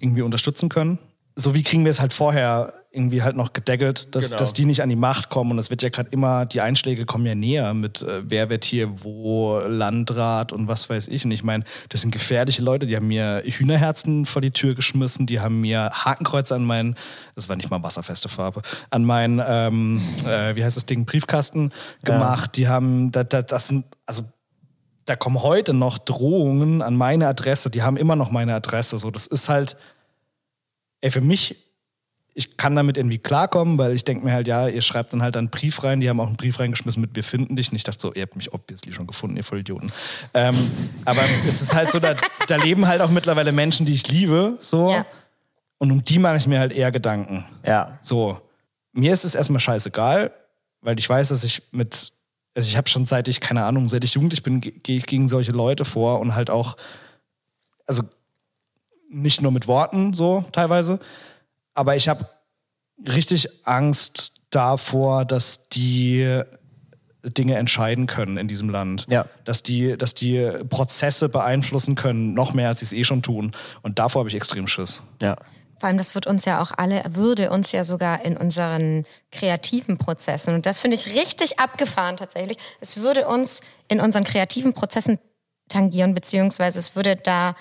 [SPEAKER 3] irgendwie unterstützen können. So wie kriegen wir es halt vorher irgendwie halt noch gedeckelt, dass,
[SPEAKER 2] Genau.
[SPEAKER 3] dass die nicht an die Macht kommen. Und es wird ja gerade immer, die Einschläge kommen ja näher mit, äh, wer wird hier wo Landrat und was weiß ich. Und ich meine, das sind gefährliche Leute, die haben mir Hühnerherzen vor die Tür geschmissen, die haben mir Hakenkreuze an meinen, das war nicht mal wasserfeste Farbe, an meinen, ähm, äh, wie heißt das Ding, Briefkasten gemacht. Die haben, da, da, das sind, also da kommen heute noch Drohungen an meine Adresse, die haben immer noch meine Adresse. So, das ist halt, ey, für mich, ich kann damit irgendwie klarkommen, weil ich denke mir halt, ja, ihr schreibt dann halt einen Brief rein, die haben auch einen Brief reingeschmissen mit, wir finden dich. Und ich dachte so, ihr habt mich obviously schon gefunden, ihr Vollidioten. Ähm, aber es ist halt so, da, da leben halt auch mittlerweile Menschen, die ich liebe, so.
[SPEAKER 1] Ja.
[SPEAKER 3] Und um die mache ich mir halt eher Gedanken.
[SPEAKER 2] Ja.
[SPEAKER 3] So, mir ist es erstmal scheißegal, weil ich weiß, dass ich mit, also ich habe schon seit ich, keine Ahnung, seit ich jugendlich bin, ge- gehe ich gegen solche Leute vor und halt auch, also nicht nur mit Worten so teilweise, aber ich habe richtig Angst davor, dass die Dinge entscheiden können in diesem Land.
[SPEAKER 2] Ja.
[SPEAKER 3] Dass die, dass die Prozesse beeinflussen können, noch mehr als sie es eh schon tun. Und davor habe ich extrem Schiss.
[SPEAKER 2] Ja.
[SPEAKER 1] Vor allem, das wird uns ja auch alle, würde uns ja sogar in unseren kreativen Prozessen, und das finde ich richtig abgefahren tatsächlich, es würde uns in unseren kreativen Prozessen tangieren, beziehungsweise es würde da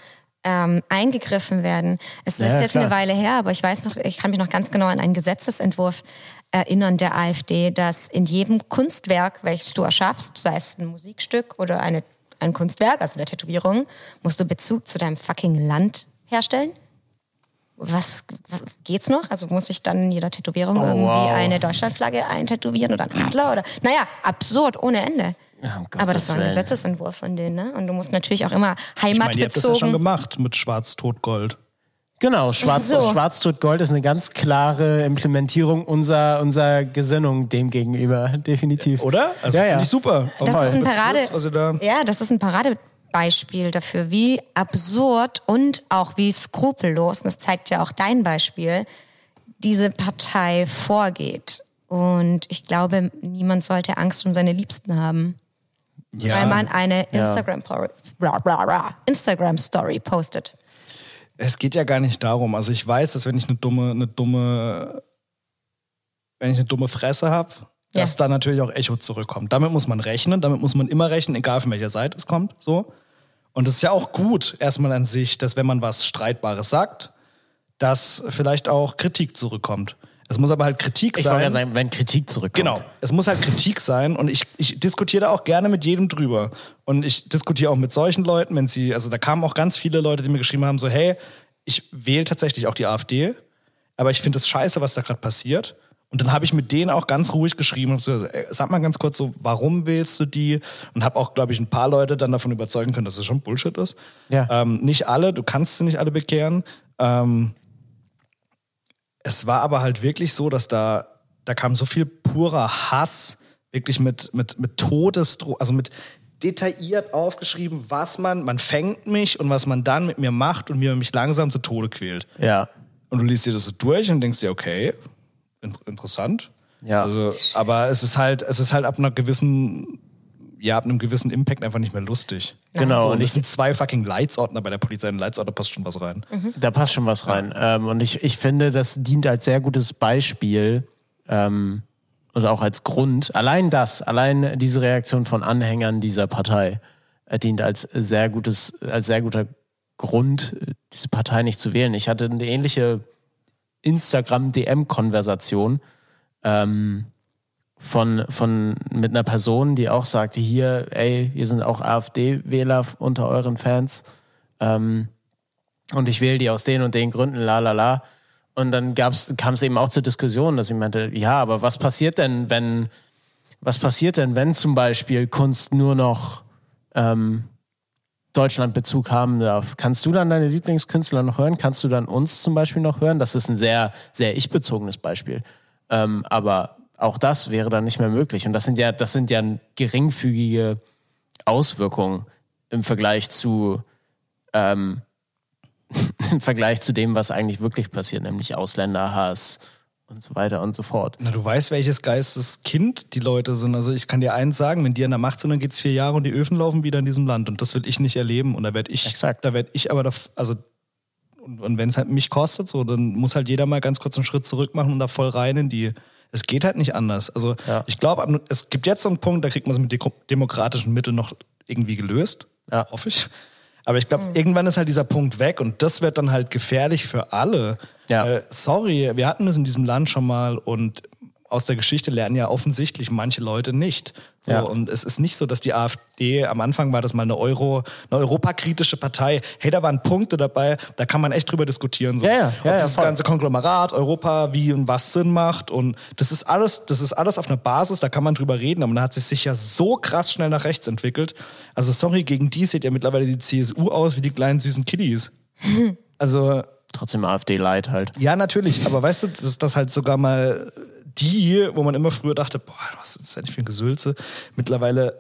[SPEAKER 1] ähm, eingegriffen werden. Es ist
[SPEAKER 2] ja,
[SPEAKER 1] jetzt
[SPEAKER 2] klar.
[SPEAKER 1] eine Weile her, aber ich weiß noch, ich kann mich noch ganz genau an einen Gesetzesentwurf erinnern der AfD, dass in jedem Kunstwerk, welches du erschaffst, sei es ein Musikstück oder eine, ein Kunstwerk, also eine Tätowierung, musst du Bezug zu deinem fucking Land herstellen was geht's noch? Also muss ich dann in jeder
[SPEAKER 3] Oh,
[SPEAKER 1] Tätowierung irgendwie
[SPEAKER 2] wow.
[SPEAKER 1] eine Deutschlandflagge eintätowieren oder einen Adler oder naja, absurd ohne Ende.
[SPEAKER 2] um Gottes
[SPEAKER 1] Aber das war ein
[SPEAKER 2] Willen.
[SPEAKER 1] Gesetzesentwurf von denen, ne? Und du musst natürlich auch immer
[SPEAKER 3] Ich meine, ihr habt das ja schon
[SPEAKER 1] heimatbezogen.
[SPEAKER 3] gemacht mit Schwarz, Tod, Gold.
[SPEAKER 2] Genau, Schwarz,
[SPEAKER 1] So.
[SPEAKER 2] Schwarz tut Gold ist eine ganz klare Implementierung unserer, unserer Gesinnung dem gegenüber, definitiv.
[SPEAKER 3] Oder? Also
[SPEAKER 2] ja, ja.
[SPEAKER 3] finde ich super. Auf
[SPEAKER 1] das
[SPEAKER 3] jeden
[SPEAKER 1] ist ein
[SPEAKER 3] Fall.
[SPEAKER 1] Parade,
[SPEAKER 3] Was ihr da
[SPEAKER 1] ja, das ist ein Paradebeispiel dafür, wie absurd und auch wie skrupellos, und das zeigt ja auch dein Beispiel, diese Partei vorgeht. Und ich glaube, niemand sollte Angst um seine Liebsten haben. weil man eine Instagram bla, bla, bla, Instagram Story postet.
[SPEAKER 3] Es geht ja gar nicht darum. Also ich weiß, dass wenn ich eine dumme, eine dumme, wenn ich eine dumme Fresse habe,
[SPEAKER 1] Ja.
[SPEAKER 3] dass da natürlich auch Echo zurückkommt. Damit muss man rechnen, damit muss man immer rechnen, egal von welcher Seite es kommt. So. Und es ist ja auch gut, erstmal an sich, dass wenn man was Streitbares sagt, dass vielleicht auch Kritik zurückkommt. Es muss aber halt Kritik
[SPEAKER 2] ich wollte
[SPEAKER 3] sein.
[SPEAKER 2] gerade sagen, wenn Kritik zurückkommt.
[SPEAKER 3] Genau. Es muss halt Kritik sein und ich, ich diskutiere da auch gerne mit jedem drüber. Und ich diskutiere auch mit solchen Leuten, wenn sie, also da kamen auch ganz viele Leute, die mir geschrieben haben, so, hey, ich wähle tatsächlich auch die AfD, aber ich finde es scheiße, was da gerade passiert. Und dann habe ich mit denen auch ganz ruhig geschrieben und hab so, gesagt, ey, sag mal ganz kurz so, warum wählst du die? Und habe auch, glaube ich, ein paar Leute dann davon überzeugen können, dass es schon Bullshit ist.
[SPEAKER 2] Ja.
[SPEAKER 3] Ähm, nicht alle, du kannst sie nicht alle bekehren. Ähm, es war aber halt wirklich so, dass da, da kam so viel purer Hass, wirklich mit, mit, mit Todesdroh, also mit detailliert aufgeschrieben, was man, man fängt mich und was man dann mit mir macht und wie man mich langsam zu Tode quält.
[SPEAKER 2] Ja.
[SPEAKER 3] Und du liest dir das so durch und denkst dir, okay, in, interessant.
[SPEAKER 2] Ja.
[SPEAKER 3] Also, aber es ist halt, es ist halt ab einer gewissen, ja, ab einem gewissen Impact einfach nicht mehr lustig.
[SPEAKER 2] Genau.
[SPEAKER 3] So,
[SPEAKER 2] Und
[SPEAKER 3] und
[SPEAKER 2] ich,
[SPEAKER 3] es sind zwei fucking Leitsordner bei der Polizei. Ein Leitsordner passt schon was rein.
[SPEAKER 2] da passt schon was rein. Ähm, und ich, ich finde, das dient als sehr gutes Beispiel ähm, und auch als Grund. Allein das, allein diese Reaktion von Anhängern dieser Partei äh, dient als sehr gutes, als sehr guter Grund, äh, diese Partei nicht zu wählen. Ich hatte eine ähnliche Instagram-DM-Konversation ähm, von, von, mit einer Person, die auch sagte, hier, ey, hier sind auch AfD-Wähler f- unter euren Fans ähm, und ich wähle die aus den und den Gründen, la la la. Und dann kam es eben auch zur Diskussion, dass ich meinte, ja, aber was passiert denn, wenn was passiert denn, wenn zum Beispiel Kunst nur noch ähm, Deutschlandbezug haben darf? Kannst du dann deine Lieblingskünstler noch hören? Kannst du dann uns zum Beispiel noch hören? Das ist ein sehr, sehr ich-bezogenes Beispiel. Ähm, aber auch das wäre dann nicht mehr möglich. Und das sind ja, das sind ja geringfügige Auswirkungen im Vergleich zu ähm, im Vergleich zu dem, was eigentlich wirklich passiert, nämlich Ausländerhass und so weiter und so fort.
[SPEAKER 3] Na, du weißt, welches Geisteskind die Leute sind. Also ich kann dir eins sagen, wenn die an der Macht sind, dann geht's vier Jahre und die Öfen laufen wieder in diesem Land. Und das will ich nicht erleben. Und da werde ich,
[SPEAKER 2] Exakt.
[SPEAKER 3] da werde ich aber, daf- also und, und wenn es halt mich kostet, so, dann muss halt jeder mal ganz kurz einen Schritt zurück machen und da voll rein in die. Es geht halt nicht anders. Also
[SPEAKER 2] Ja.
[SPEAKER 3] ich glaube, es gibt jetzt so einen Punkt, da kriegt man es mit deko- demokratischen Mitteln noch irgendwie gelöst.
[SPEAKER 2] Ja.
[SPEAKER 3] Hoffe ich. Aber ich glaube, irgendwann ist halt dieser Punkt weg und das wird dann halt gefährlich für alle.
[SPEAKER 2] Ja.
[SPEAKER 3] Weil, sorry, wir hatten das in diesem Land schon mal und aus der Geschichte lernen ja offensichtlich manche Leute nicht. So,
[SPEAKER 2] Ja.
[SPEAKER 3] Und es ist nicht so, dass die AfD, am Anfang war das mal eine Euro, eine europakritische Partei. Hey, da waren Punkte dabei, da kann man echt drüber diskutieren. So.
[SPEAKER 2] Ja, ja,
[SPEAKER 3] Ob
[SPEAKER 2] ja, ja,
[SPEAKER 3] dieses
[SPEAKER 2] voll.
[SPEAKER 3] ganze Konglomerat, Europa, wie und was Sinn macht. Und das ist alles, das ist alles auf einer Basis, da kann man drüber reden, aber da hat sich sich ja so krass schnell nach rechts entwickelt. Also sorry, gegen die sieht ja mittlerweile die CSU aus wie die kleinen süßen Kiddies. Also,
[SPEAKER 2] Trotzdem AfD-Leid halt.
[SPEAKER 3] ja, natürlich, aber weißt du, dass das halt sogar mal die, wo man immer früher dachte, boah, was ist das denn für ein Gesülze, mittlerweile,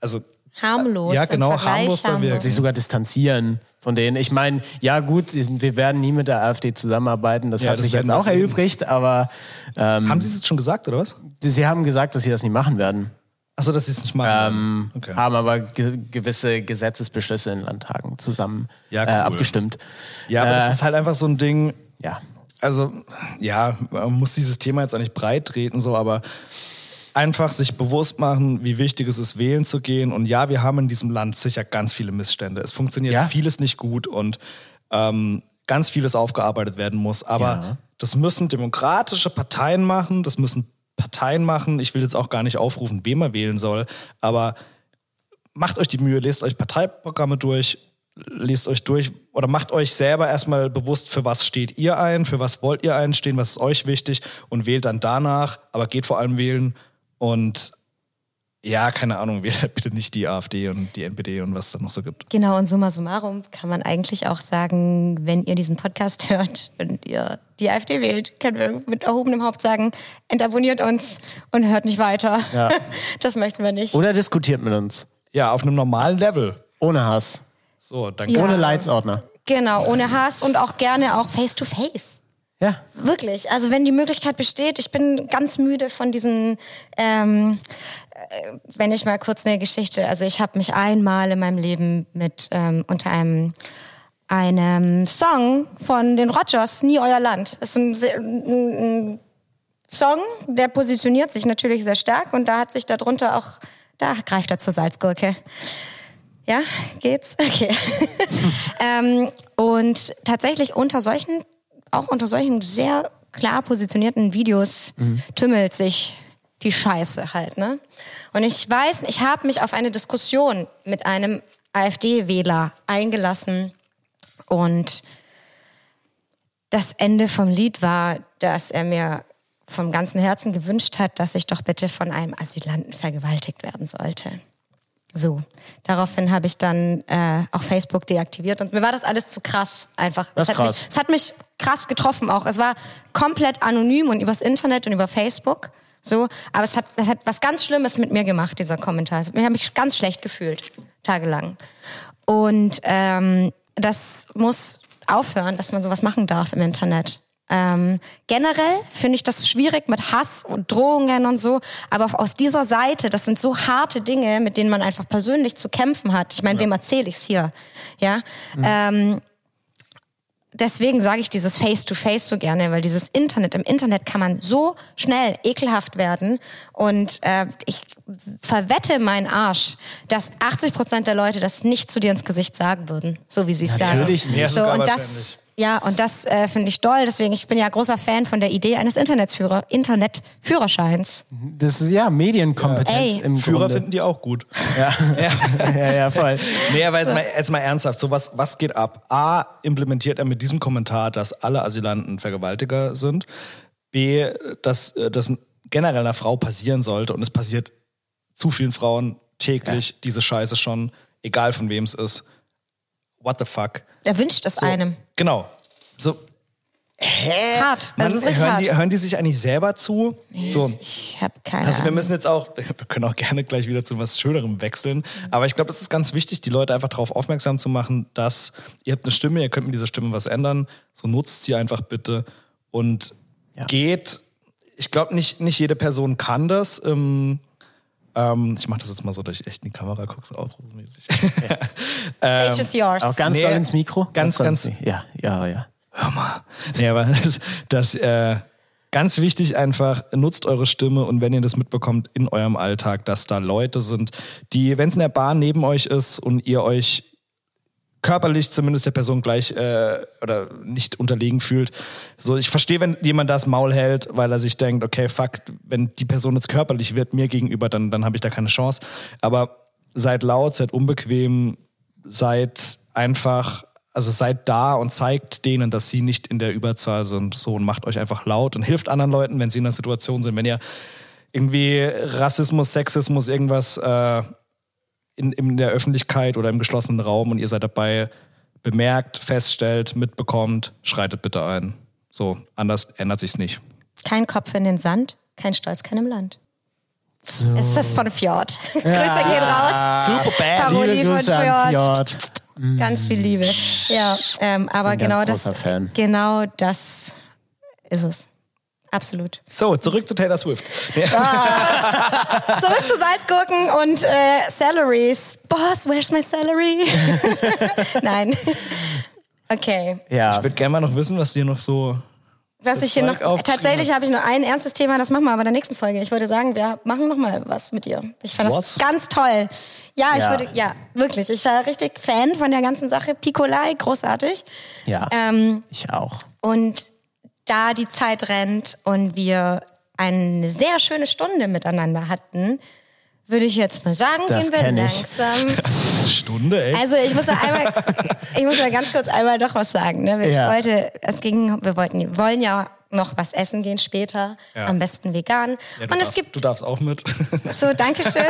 [SPEAKER 3] also
[SPEAKER 1] Harmlos.
[SPEAKER 3] Ja,
[SPEAKER 1] im
[SPEAKER 3] genau,
[SPEAKER 1] Vergleich
[SPEAKER 3] harmlos da wirkt.
[SPEAKER 2] sich sogar distanzieren von denen. Ich meine, ja gut, wir werden nie mit der AfD zusammenarbeiten, das
[SPEAKER 3] Ja,
[SPEAKER 2] hat
[SPEAKER 3] das
[SPEAKER 2] sich
[SPEAKER 3] werden
[SPEAKER 2] jetzt
[SPEAKER 3] wir
[SPEAKER 2] auch
[SPEAKER 3] sehen.
[SPEAKER 2] erübrigt, aber
[SPEAKER 3] haben sie es jetzt schon gesagt, oder was?
[SPEAKER 2] sie haben gesagt, dass sie das nicht machen werden,
[SPEAKER 3] Achso, dass sie es nicht
[SPEAKER 2] ähm,
[SPEAKER 3] machen. okay.
[SPEAKER 2] haben aber ge gewisse Gesetzesbeschlüsse in Landtagen zusammen
[SPEAKER 3] Ja,
[SPEAKER 2] äh,
[SPEAKER 3] cool.
[SPEAKER 2] abgestimmt.
[SPEAKER 3] Ja, aber
[SPEAKER 2] äh,
[SPEAKER 3] das ist halt einfach so ein Ding,
[SPEAKER 2] Ja,
[SPEAKER 3] also ja, man muss dieses Thema jetzt auch nicht breit treten, so, aber einfach sich bewusst machen, wie wichtig es ist, wählen zu gehen. Und ja, wir haben in diesem Land sicher ganz viele Missstände. Es funktioniert
[SPEAKER 2] Ja.
[SPEAKER 3] vieles nicht gut und ähm, ganz vieles aufgearbeitet werden muss. Aber das müssen demokratische Parteien machen, das müssen Parteien machen. Ich will jetzt auch gar nicht aufrufen, wen man wählen soll, aber macht euch die Mühe, lest euch Parteiprogramme durch, lest euch durch oder macht euch selber erstmal bewusst, für was steht ihr ein, für was wollt ihr einstehen, was ist euch wichtig und wählt dann danach, aber geht vor allem wählen und ja, keine Ahnung, wählt halt bitte nicht die AfD und die NPD und was es da noch so gibt.
[SPEAKER 1] Genau, und summa summarum kann man eigentlich auch sagen, wenn ihr diesen Podcast hört und ihr die AfD wählt, können wir mit erhobenem Haupt sagen, entabonniert uns und hört nicht weiter. Das möchten wir nicht.
[SPEAKER 2] oder diskutiert mit uns.
[SPEAKER 3] Ja, auf einem normalen Level.
[SPEAKER 2] Ohne Hass,
[SPEAKER 3] So, danke.
[SPEAKER 1] Ja.
[SPEAKER 2] ohne Leitsordner.
[SPEAKER 1] Genau, ohne Hass und auch gerne auch face to face.
[SPEAKER 2] Ja,
[SPEAKER 1] Wirklich. Also wenn die Möglichkeit besteht, ich bin ganz müde von diesen, ähm, äh, wenn ich mal kurz eine Geschichte, also ich habe mich einmal in meinem Leben mit ähm, unter einem einem Song von den Rogers, Nie euer Land. Das ist ein, sehr- ein, ein Song, der positioniert sich natürlich sehr stark und da hat sich darunter auch, da greift er zur Salzgurke. Ja, geht's? Okay. ähm, und tatsächlich unter solchen, auch unter solchen sehr klar positionierten Videos tümmelt sich die Scheiße halt, ne? Und ich weiß, ich habe mich auf eine Diskussion mit einem AfD-Wähler eingelassen und das Ende vom Lied war, dass er mir vom ganzen Herzen gewünscht hat, dass ich doch bitte von einem Asylanten vergewaltigt werden sollte. So, daraufhin habe ich dann äh, auch Facebook deaktiviert und mir war das alles zu krass einfach.
[SPEAKER 2] Das
[SPEAKER 1] hat
[SPEAKER 2] ist krass.
[SPEAKER 1] Mich, es hat mich krass getroffen auch. Es war komplett anonym und übers Internet und über Facebook. So, aber es hat, es hat was ganz Schlimmes mit mir gemacht, dieser Kommentar. Es- Ich habe mich ganz schlecht gefühlt, tagelang. Und ähm, das muss aufhören, dass man sowas machen darf im Internet. Ähm, generell finde ich das schwierig mit Hass und Drohungen und so, aber auf- aus dieser Seite, das sind so harte Dinge, mit denen man einfach persönlich zu kämpfen hat. Ich meine, wem erzähle ich's hier? Ja, deswegen sage ich dieses Face-to-Face so gerne, weil dieses Internet, im Internet kann man so schnell ekelhaft werden. Und äh, ich verwette meinen Arsch, dass 80 Prozent der Leute das nicht zu dir ins Gesicht sagen würden, so wie sie es sagen.
[SPEAKER 2] Natürlich nicht.
[SPEAKER 3] Ja,
[SPEAKER 1] So,
[SPEAKER 3] sogar
[SPEAKER 1] und
[SPEAKER 3] wahrscheinlich.
[SPEAKER 1] das, ja, und das äh, finde ich toll. Deswegen, ich bin ja großer Fan von der Idee eines Internetführer, Internetführerscheins.
[SPEAKER 2] das ist ja Medienkompetenz
[SPEAKER 1] Ey.
[SPEAKER 2] im
[SPEAKER 3] Führer
[SPEAKER 2] Grunde.
[SPEAKER 3] finden die auch gut.
[SPEAKER 2] ja, ja, voll.
[SPEAKER 3] Nee, aber jetzt mal, jetzt mal ernsthaft, so was, was geht ab? A, implementiert er mit diesem Kommentar, dass alle Asylanten Vergewaltiger sind. B, dass, äh, dass generell einer Frau passieren sollte, und es passiert zu vielen Frauen täglich diese Scheiße schon, egal von wem es ist. What the fuck?
[SPEAKER 1] Er wünscht es
[SPEAKER 3] So,
[SPEAKER 1] einem.
[SPEAKER 3] Genau. So, hä?
[SPEAKER 1] Hart. Das
[SPEAKER 3] Mann,
[SPEAKER 1] ist richtig
[SPEAKER 3] hören,
[SPEAKER 1] hart.
[SPEAKER 3] Die, hören die sich eigentlich selber zu? So.
[SPEAKER 1] Ich habe keine
[SPEAKER 3] Also wir
[SPEAKER 1] Ahnung.
[SPEAKER 3] müssen jetzt auch, wir können auch gerne gleich wieder zu was Schönerem wechseln, aber ich glaube, es ist ganz wichtig, die Leute einfach darauf aufmerksam zu machen, dass ihr habt eine Stimme, ihr könnt mit dieser Stimme was ändern, so nutzt sie einfach bitte und geht. Ich glaube, nicht, nicht jede Person kann das. Ähm, ähm, ich mache das jetzt mal so, dass ich echt in die Kamera gucke, so aufrufmäßig.
[SPEAKER 1] Age is yours.
[SPEAKER 2] Ähm, Auch ganz
[SPEAKER 3] Nee,
[SPEAKER 2] doll ins Mikro.
[SPEAKER 3] ganz,
[SPEAKER 2] doll
[SPEAKER 3] ganz-
[SPEAKER 2] ins Mi- Ja, ja, ja.
[SPEAKER 3] Nee, aber das, das äh, ganz wichtig einfach, nutzt eure Stimme und wenn ihr das mitbekommt in eurem Alltag, dass da Leute sind, die, wenn es in der Bahn neben euch ist und ihr euch körperlich zumindest der Person gleich äh, oder nicht unterlegen fühlt. So, ich verstehe, wenn jemand das Maul hält, weil er sich denkt, okay, fuck, wenn die Person jetzt körperlich wird mir gegenüber, dann, dann habe ich da keine Chance. Aber seid laut, seid unbequem, seid einfach, also seid da und zeigt denen, dass sie nicht in der Überzahl sind. So und macht euch einfach laut und hilft anderen Leuten, wenn sie in einer Situation sind. Wenn ihr irgendwie Rassismus, Sexismus, irgendwas äh, in, in der Öffentlichkeit oder im geschlossenen Raum und ihr seid dabei, bemerkt, feststellt, mitbekommt, schreitet bitte ein. So, anders ändert sich's nicht.
[SPEAKER 1] Kein Kopf in den Sand, kein Stolz, kein im Land.
[SPEAKER 2] So.
[SPEAKER 1] Ist das von Fjord? Grüße gehen raus.
[SPEAKER 3] Super bad.
[SPEAKER 1] Parodie
[SPEAKER 2] Ah. Liebe
[SPEAKER 1] von
[SPEAKER 2] Grüße an Fjord.
[SPEAKER 1] Ganz viel Liebe. Ja, ähm, aber
[SPEAKER 2] Bin ganz
[SPEAKER 1] genau das,
[SPEAKER 2] großer Fan.
[SPEAKER 1] genau das ist es. Absolut.
[SPEAKER 3] So, zurück zu Taylor Swift.
[SPEAKER 1] Zurück zu Salzgurken und äh, Salaries. Boss, where's my salary? Nein. Okay.
[SPEAKER 2] Ja.
[SPEAKER 3] Ich würde gerne mal noch wissen, was dir noch so.
[SPEAKER 1] Was ich hier
[SPEAKER 3] Zeug
[SPEAKER 1] noch
[SPEAKER 3] aufgeschrieben
[SPEAKER 1] tatsächlich habe ich nur ein ernstes Thema, das machen wir aber in der nächsten Folge. Ich würde sagen, wir machen noch mal was mit ihr. Ich fand
[SPEAKER 3] Was?
[SPEAKER 1] das ganz toll. Ja, ich
[SPEAKER 2] Ja.
[SPEAKER 1] würde ja, wirklich, ich war richtig Fan von der ganzen Sache Picolai, großartig.
[SPEAKER 2] ja.
[SPEAKER 1] Ähm,
[SPEAKER 2] ich auch.
[SPEAKER 1] und da die Zeit rennt und wir eine sehr schöne Stunde miteinander hatten, würde ich jetzt mal sagen,
[SPEAKER 2] Das
[SPEAKER 1] gehen
[SPEAKER 2] kenn
[SPEAKER 1] wir
[SPEAKER 2] ich.
[SPEAKER 1] langsam
[SPEAKER 3] Stunde, ey.
[SPEAKER 1] also ich muss da einmal, ich muss da ganz kurz einmal noch was sagen. Ne? Ich
[SPEAKER 2] Ja.
[SPEAKER 1] wollte, es ging, wir wollten, wir wollen ja noch was essen gehen später,
[SPEAKER 3] Ja.
[SPEAKER 1] am besten vegan.
[SPEAKER 3] Ja, du,
[SPEAKER 1] Und es
[SPEAKER 3] darfst,
[SPEAKER 1] gibt
[SPEAKER 3] du darfst auch mit.
[SPEAKER 1] so, Dankeschön.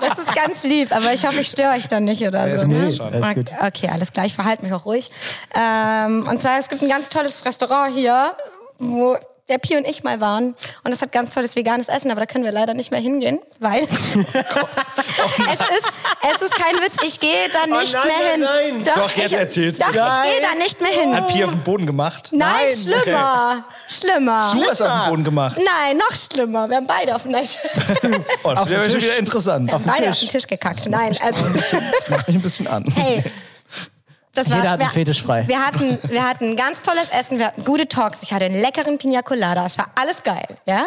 [SPEAKER 1] das ist ganz lieb, aber ich hoffe, ich störe euch dann nicht oder so.
[SPEAKER 3] nee,
[SPEAKER 1] ne?
[SPEAKER 3] ist schon.
[SPEAKER 2] alles gut.
[SPEAKER 1] Okay, alles klar, ich verhalte mich auch ruhig. Ähm, und zwar, es gibt ein ganz tolles Restaurant hier, wo der Pi und ich mal waren. Und es hat ganz tolles veganes Essen, aber da können wir leider nicht mehr hingehen, weil es, ist, es ist kein Witz, ich gehe da nicht
[SPEAKER 2] Oh nein,
[SPEAKER 1] mehr
[SPEAKER 2] nein,
[SPEAKER 1] hin.
[SPEAKER 2] nein.
[SPEAKER 3] Doch, jetzt
[SPEAKER 1] ich,
[SPEAKER 3] erzähl's
[SPEAKER 1] Doch, ich
[SPEAKER 3] bitte.
[SPEAKER 1] gehe da nicht mehr hin.
[SPEAKER 3] Hat Pia auf den Boden gemacht.
[SPEAKER 1] Nein,
[SPEAKER 2] Nein,
[SPEAKER 1] schlimmer. Schlimmer.
[SPEAKER 3] Du hast auf den Boden gemacht.
[SPEAKER 1] Nein, noch schlimmer. Wir haben beide auf dem Tisch.
[SPEAKER 3] Oh, das
[SPEAKER 2] Auf
[SPEAKER 3] wäre
[SPEAKER 2] den
[SPEAKER 3] schon
[SPEAKER 2] Tisch.
[SPEAKER 3] wieder interessant.
[SPEAKER 1] beide auf den Tisch gekackt. Nein, also.
[SPEAKER 3] Das macht mich ein bisschen an.
[SPEAKER 1] Hey. Das
[SPEAKER 2] Jeder hat einen
[SPEAKER 1] wir-
[SPEAKER 2] Fetisch frei.
[SPEAKER 1] Wir hatten, wir hatten ganz tolles Essen, wir hatten gute Talks. Ich hatte einen leckeren Pina Colada. Es war alles geil, ja?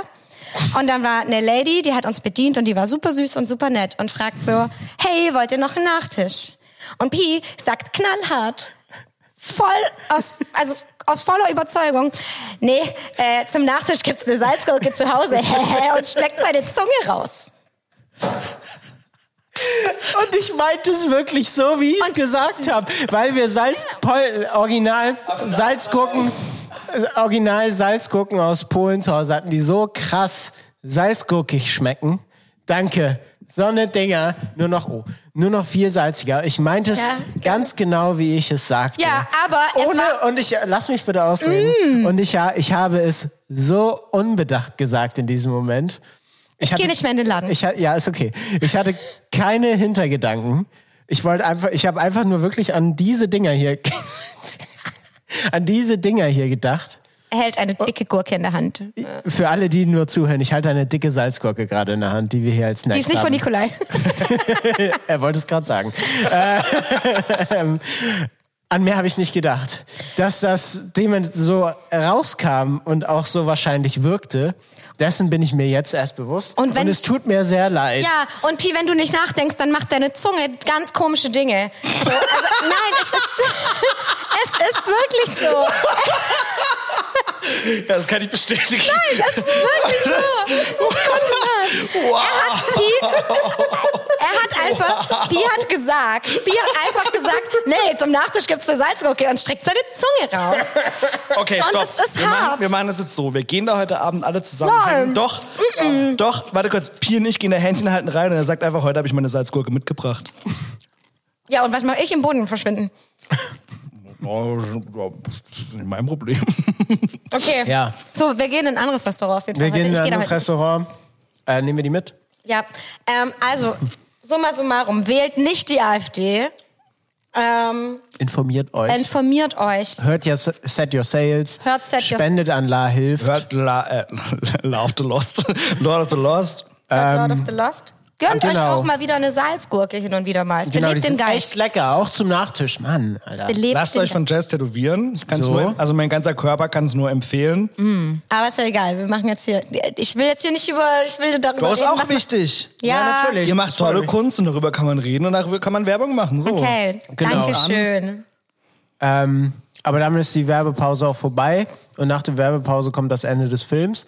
[SPEAKER 1] Und dann war eine Lady, die hat uns bedient und die war super süß und super nett und fragt so, hey, wollt ihr noch einen Nachtisch? Und Pi sagt knallhart, voll aus, also aus voller Überzeugung, nee, äh, zum Nachtisch gibt's eine Salzgurke zu Hause und schlägt seine Zunge raus.
[SPEAKER 2] Und ich meinte es wirklich so, wie ich es gesagt habe, weil wir Salz, Pol, Original Salzgurken, Original Salzgurken aus Polen zu Hause hatten, die so krass salzgurkig schmecken. Danke. So eine Dinger, nur noch, oh, nur noch viel salziger. Ich meinte es
[SPEAKER 1] Ja.
[SPEAKER 2] ganz genau, wie ich es sagte.
[SPEAKER 1] Ja, aber es
[SPEAKER 2] Ohne,
[SPEAKER 1] war- Mm.
[SPEAKER 2] und ich, lass mich bitte ausreden. Und ich, ha- ich habe es so unbedacht gesagt in diesem Moment. Ich,
[SPEAKER 1] Geh nicht mehr in den Laden.
[SPEAKER 2] ich, ha- ja, ist okay. Ich hatte keine Hintergedanken. Ich wollte einfach, ich habe einfach nur wirklich an diese Dinger hier, an diese Dinger hier gedacht.
[SPEAKER 1] er hält eine
[SPEAKER 2] Oh.
[SPEAKER 1] dicke Gurke in der Hand. Die
[SPEAKER 2] Für alle, die nur zuhören, ich halte eine dicke Salzgurke gerade in der Hand, die wir hier als Snacks
[SPEAKER 1] ist nicht von
[SPEAKER 2] haben.
[SPEAKER 1] Nikolai.
[SPEAKER 2] er wollte es gerade sagen. Äh, ähm, an mehr habe ich nicht gedacht. Dass das dem so rauskam und auch so wahrscheinlich wirkte, dessen bin ich mir jetzt erst bewusst.
[SPEAKER 1] Und wenn-
[SPEAKER 2] es tut mir sehr leid.
[SPEAKER 1] Ja, und Pi, wenn du nicht nachdenkst, dann macht deine Zunge ganz komische Dinge. So, also, nein, es ist, es ist wirklich so.
[SPEAKER 3] Das kann ich bestätigen.
[SPEAKER 1] Nein, es ist wirklich so. Ich konnte das.
[SPEAKER 3] Wow.
[SPEAKER 1] Er hat Pi, hat einfach, Pi hat gesagt, Pi hat einfach gesagt, nee, zum Nachtisch gibt's eine Salzgurke und streckt seine Zunge raus.
[SPEAKER 3] Okay,
[SPEAKER 1] Und
[SPEAKER 3] stopp.
[SPEAKER 1] es ist
[SPEAKER 3] wir,
[SPEAKER 1] hart.
[SPEAKER 3] Machen, wir machen das jetzt so. Wir gehen da heute Abend alle zusammen.
[SPEAKER 1] Nein.
[SPEAKER 3] hängen. Doch, doch, warte kurz. Pi und ich gehen da Händchen halten rein und er sagt einfach, heute habe ich meine Salzgurke mitgebracht.
[SPEAKER 1] Ja, und was mache ich im Boden verschwinden?
[SPEAKER 3] Oh, ist nicht mein Problem.
[SPEAKER 1] Okay.
[SPEAKER 2] Ja.
[SPEAKER 1] So, wir gehen in ein anderes Restaurant auf jeden
[SPEAKER 2] Wir
[SPEAKER 1] Fall
[SPEAKER 2] gehen in
[SPEAKER 1] heute.
[SPEAKER 2] ein
[SPEAKER 1] Ich gehe da halt
[SPEAKER 2] anderes
[SPEAKER 1] heute.
[SPEAKER 2] Restaurant. Äh, nehmen wir die mit?
[SPEAKER 1] Ja, ähm, also, summa summarum, wählt nicht die AfD. Ähm,
[SPEAKER 2] Informiert euch.
[SPEAKER 1] informiert euch.
[SPEAKER 2] Hört ja S- Set Your Sales.
[SPEAKER 1] Hört Set Your-
[SPEAKER 2] Spendet an La Hilft.
[SPEAKER 3] Hört La, äh, Love the Lost. Lord of the Lost.
[SPEAKER 1] Lord
[SPEAKER 3] Ähm,
[SPEAKER 1] of the Lost. Gönnt
[SPEAKER 2] genau.
[SPEAKER 1] euch auch mal wieder eine Salzgurke hin und wieder mal. Es
[SPEAKER 2] Genau, die
[SPEAKER 1] belebt den
[SPEAKER 2] sind
[SPEAKER 1] Geist.
[SPEAKER 2] echt lecker, auch zum Nachtisch. Mann, Alter.
[SPEAKER 1] Belebt
[SPEAKER 3] Lasst
[SPEAKER 1] den
[SPEAKER 3] euch von Jazz tätowieren. Ich kann's
[SPEAKER 2] So.
[SPEAKER 3] nur, also mein ganzer Körper kann es nur empfehlen.
[SPEAKER 1] Mhm. Aber ist ja egal, wir machen jetzt hier. Ich will jetzt hier nicht über. Ich will darüber
[SPEAKER 3] Du ist
[SPEAKER 1] reden,
[SPEAKER 3] auch
[SPEAKER 1] was man-
[SPEAKER 3] wichtig.
[SPEAKER 1] Ja,
[SPEAKER 2] natürlich.
[SPEAKER 3] Ihr macht tolle
[SPEAKER 2] Sorry.
[SPEAKER 3] Kunst und darüber kann man reden und darüber kann man Werbung machen. So.
[SPEAKER 1] Okay,
[SPEAKER 2] Genau.
[SPEAKER 1] Dankeschön.
[SPEAKER 2] Ähm, aber damit ist die Werbepause auch vorbei. Und nach der Werbepause kommt das Ende des Films.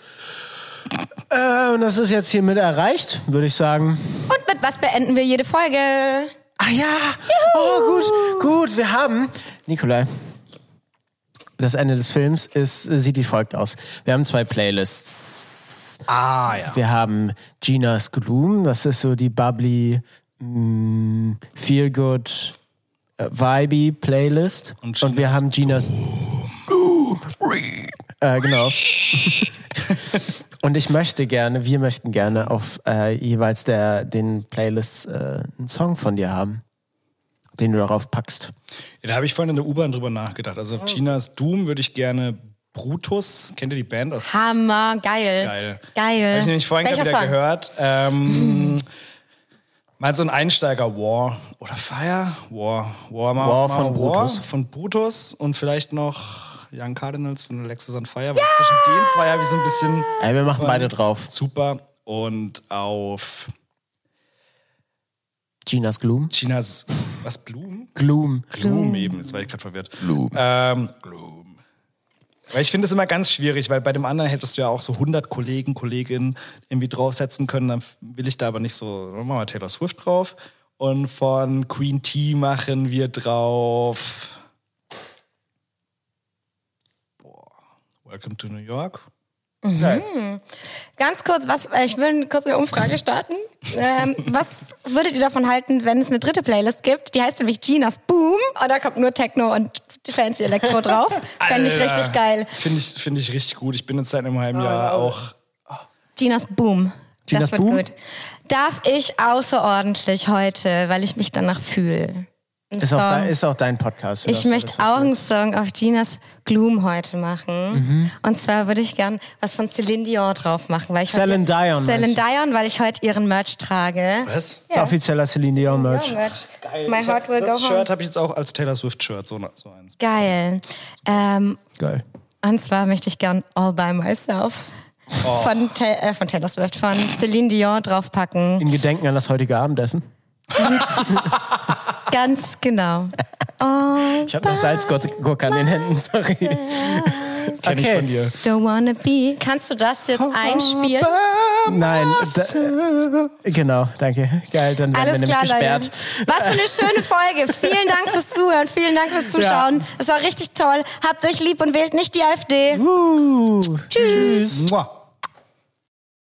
[SPEAKER 2] Äh, und das ist jetzt hiermit erreicht, würde ich sagen.
[SPEAKER 1] Und mit was beenden wir jede Folge?
[SPEAKER 2] Ah ja! Oh, gut, gut. Wir haben. Nikolai. Das Ende des Films ist, sieht wie folgt aus. Wir haben zwei Playlists.
[SPEAKER 3] Ah ja.
[SPEAKER 2] Wir haben Gina's Gloom, das ist so die bubbly, mh, feel good, äh, vibey Playlist.
[SPEAKER 3] Und
[SPEAKER 2] Und, wir haben Gina's Gloom. Äh, genau. Und ich möchte gerne, wir möchten gerne auf äh, jeweils der, den Playlists äh, einen Song von dir haben, den du darauf packst.
[SPEAKER 3] Ja, Da habe ich vorhin in der U-Bahn drüber nachgedacht. Also auf Ginas Doom würde ich gerne Brutus, kennt ihr die Band aus
[SPEAKER 1] Hammer, geil.
[SPEAKER 3] Geil? Habe
[SPEAKER 1] Geil.
[SPEAKER 3] ich nämlich vorhin gerade
[SPEAKER 1] Welcher
[SPEAKER 3] wieder
[SPEAKER 1] Song?
[SPEAKER 3] gehört. Ähm, mal so ein Einsteiger War oder Fire War War mal,
[SPEAKER 2] War
[SPEAKER 3] mal
[SPEAKER 2] von Brutus.
[SPEAKER 3] von Brutus und vielleicht noch Young Cardinals von Alexis on Fire. Weil zwischen den zwei habe ich so ein bisschen
[SPEAKER 2] Ey, wir machen beide drauf.
[SPEAKER 3] super und auf
[SPEAKER 2] Gina's Gloom.
[SPEAKER 3] Chinas was Blumen
[SPEAKER 2] Gloom.
[SPEAKER 3] Gloom eben, jetzt war ich gerade verwirrt. Gloom. Ähm, Gloom. Weil ich finde es immer ganz schwierig, weil bei dem anderen hättest du ja auch so 100 Kollegen, Kolleginnen irgendwie draufsetzen können, dann will ich da aber nicht so, machen wir mal Taylor Swift drauf. Und von Queen T machen wir drauf. Boah. Welcome to New York. Mhm.
[SPEAKER 1] Ganz kurz, was, äh, ich will kurz eine Umfrage starten. ähm, was würdet ihr davon halten, wenn es eine dritte Playlist gibt? Die heißt nämlich Ginas Boom. Und da kommt nur Techno und fancy Elektro drauf. Fände ich
[SPEAKER 3] Alter.
[SPEAKER 1] richtig geil. Oh,
[SPEAKER 3] Finde ich, finde ich richtig gut. Ich bin jetzt seit einem halben Jahr auch.
[SPEAKER 1] Ginas Boom.
[SPEAKER 2] Ginas
[SPEAKER 1] das wird
[SPEAKER 2] Boom?
[SPEAKER 1] gut. Darf ich außerordentlich heute, weil ich mich danach fühle. Ein
[SPEAKER 2] Ist auch,
[SPEAKER 1] Song.
[SPEAKER 2] de, ist auch dein Podcast.
[SPEAKER 1] ich möchte auch einen Song auf Ginas Gloom heute
[SPEAKER 2] Mhm.
[SPEAKER 1] machen. Und zwar würde ich gern was von Celine Dion drauf machen. Weil ich heute-
[SPEAKER 2] Celine Dion,
[SPEAKER 1] Celine
[SPEAKER 2] meinst du?
[SPEAKER 1] Dion, weil ich heute ihren Merch trage.
[SPEAKER 3] Was?
[SPEAKER 2] Das ist offizieller Celine Dion Merch.
[SPEAKER 1] Ja, Merch. My heart will
[SPEAKER 3] das
[SPEAKER 1] go home.
[SPEAKER 3] Shirt habe ich jetzt auch als Taylor Swift-Shirt, so, so eins.
[SPEAKER 1] Geil. Ähm,
[SPEAKER 2] Geil.
[SPEAKER 1] und zwar möchte ich gern All by Myself
[SPEAKER 2] Oh.
[SPEAKER 1] von, Ta äh, von Taylor Swift, von Celine Dion draufpacken.
[SPEAKER 2] In Gedenken an das heutige Abendessen.
[SPEAKER 1] Ganz genau.
[SPEAKER 2] Ich habe noch Salzgurke an den Händen, sorry.
[SPEAKER 3] Kenn ich von dir.
[SPEAKER 1] Don't wanna be. Kannst du das jetzt einspielen?
[SPEAKER 2] Nein, da, genau, danke. Geil, dann werden wir
[SPEAKER 1] Alles
[SPEAKER 2] nämlich
[SPEAKER 1] klar,
[SPEAKER 2] gesperrt.
[SPEAKER 1] Leute. Was für eine schöne Folge. Vielen Dank fürs Zuhören, vielen Dank fürs Zuschauen. Es war richtig toll. Habt euch lieb und wählt nicht die AfD.
[SPEAKER 2] Uh.
[SPEAKER 1] Tschüss.
[SPEAKER 3] Mua.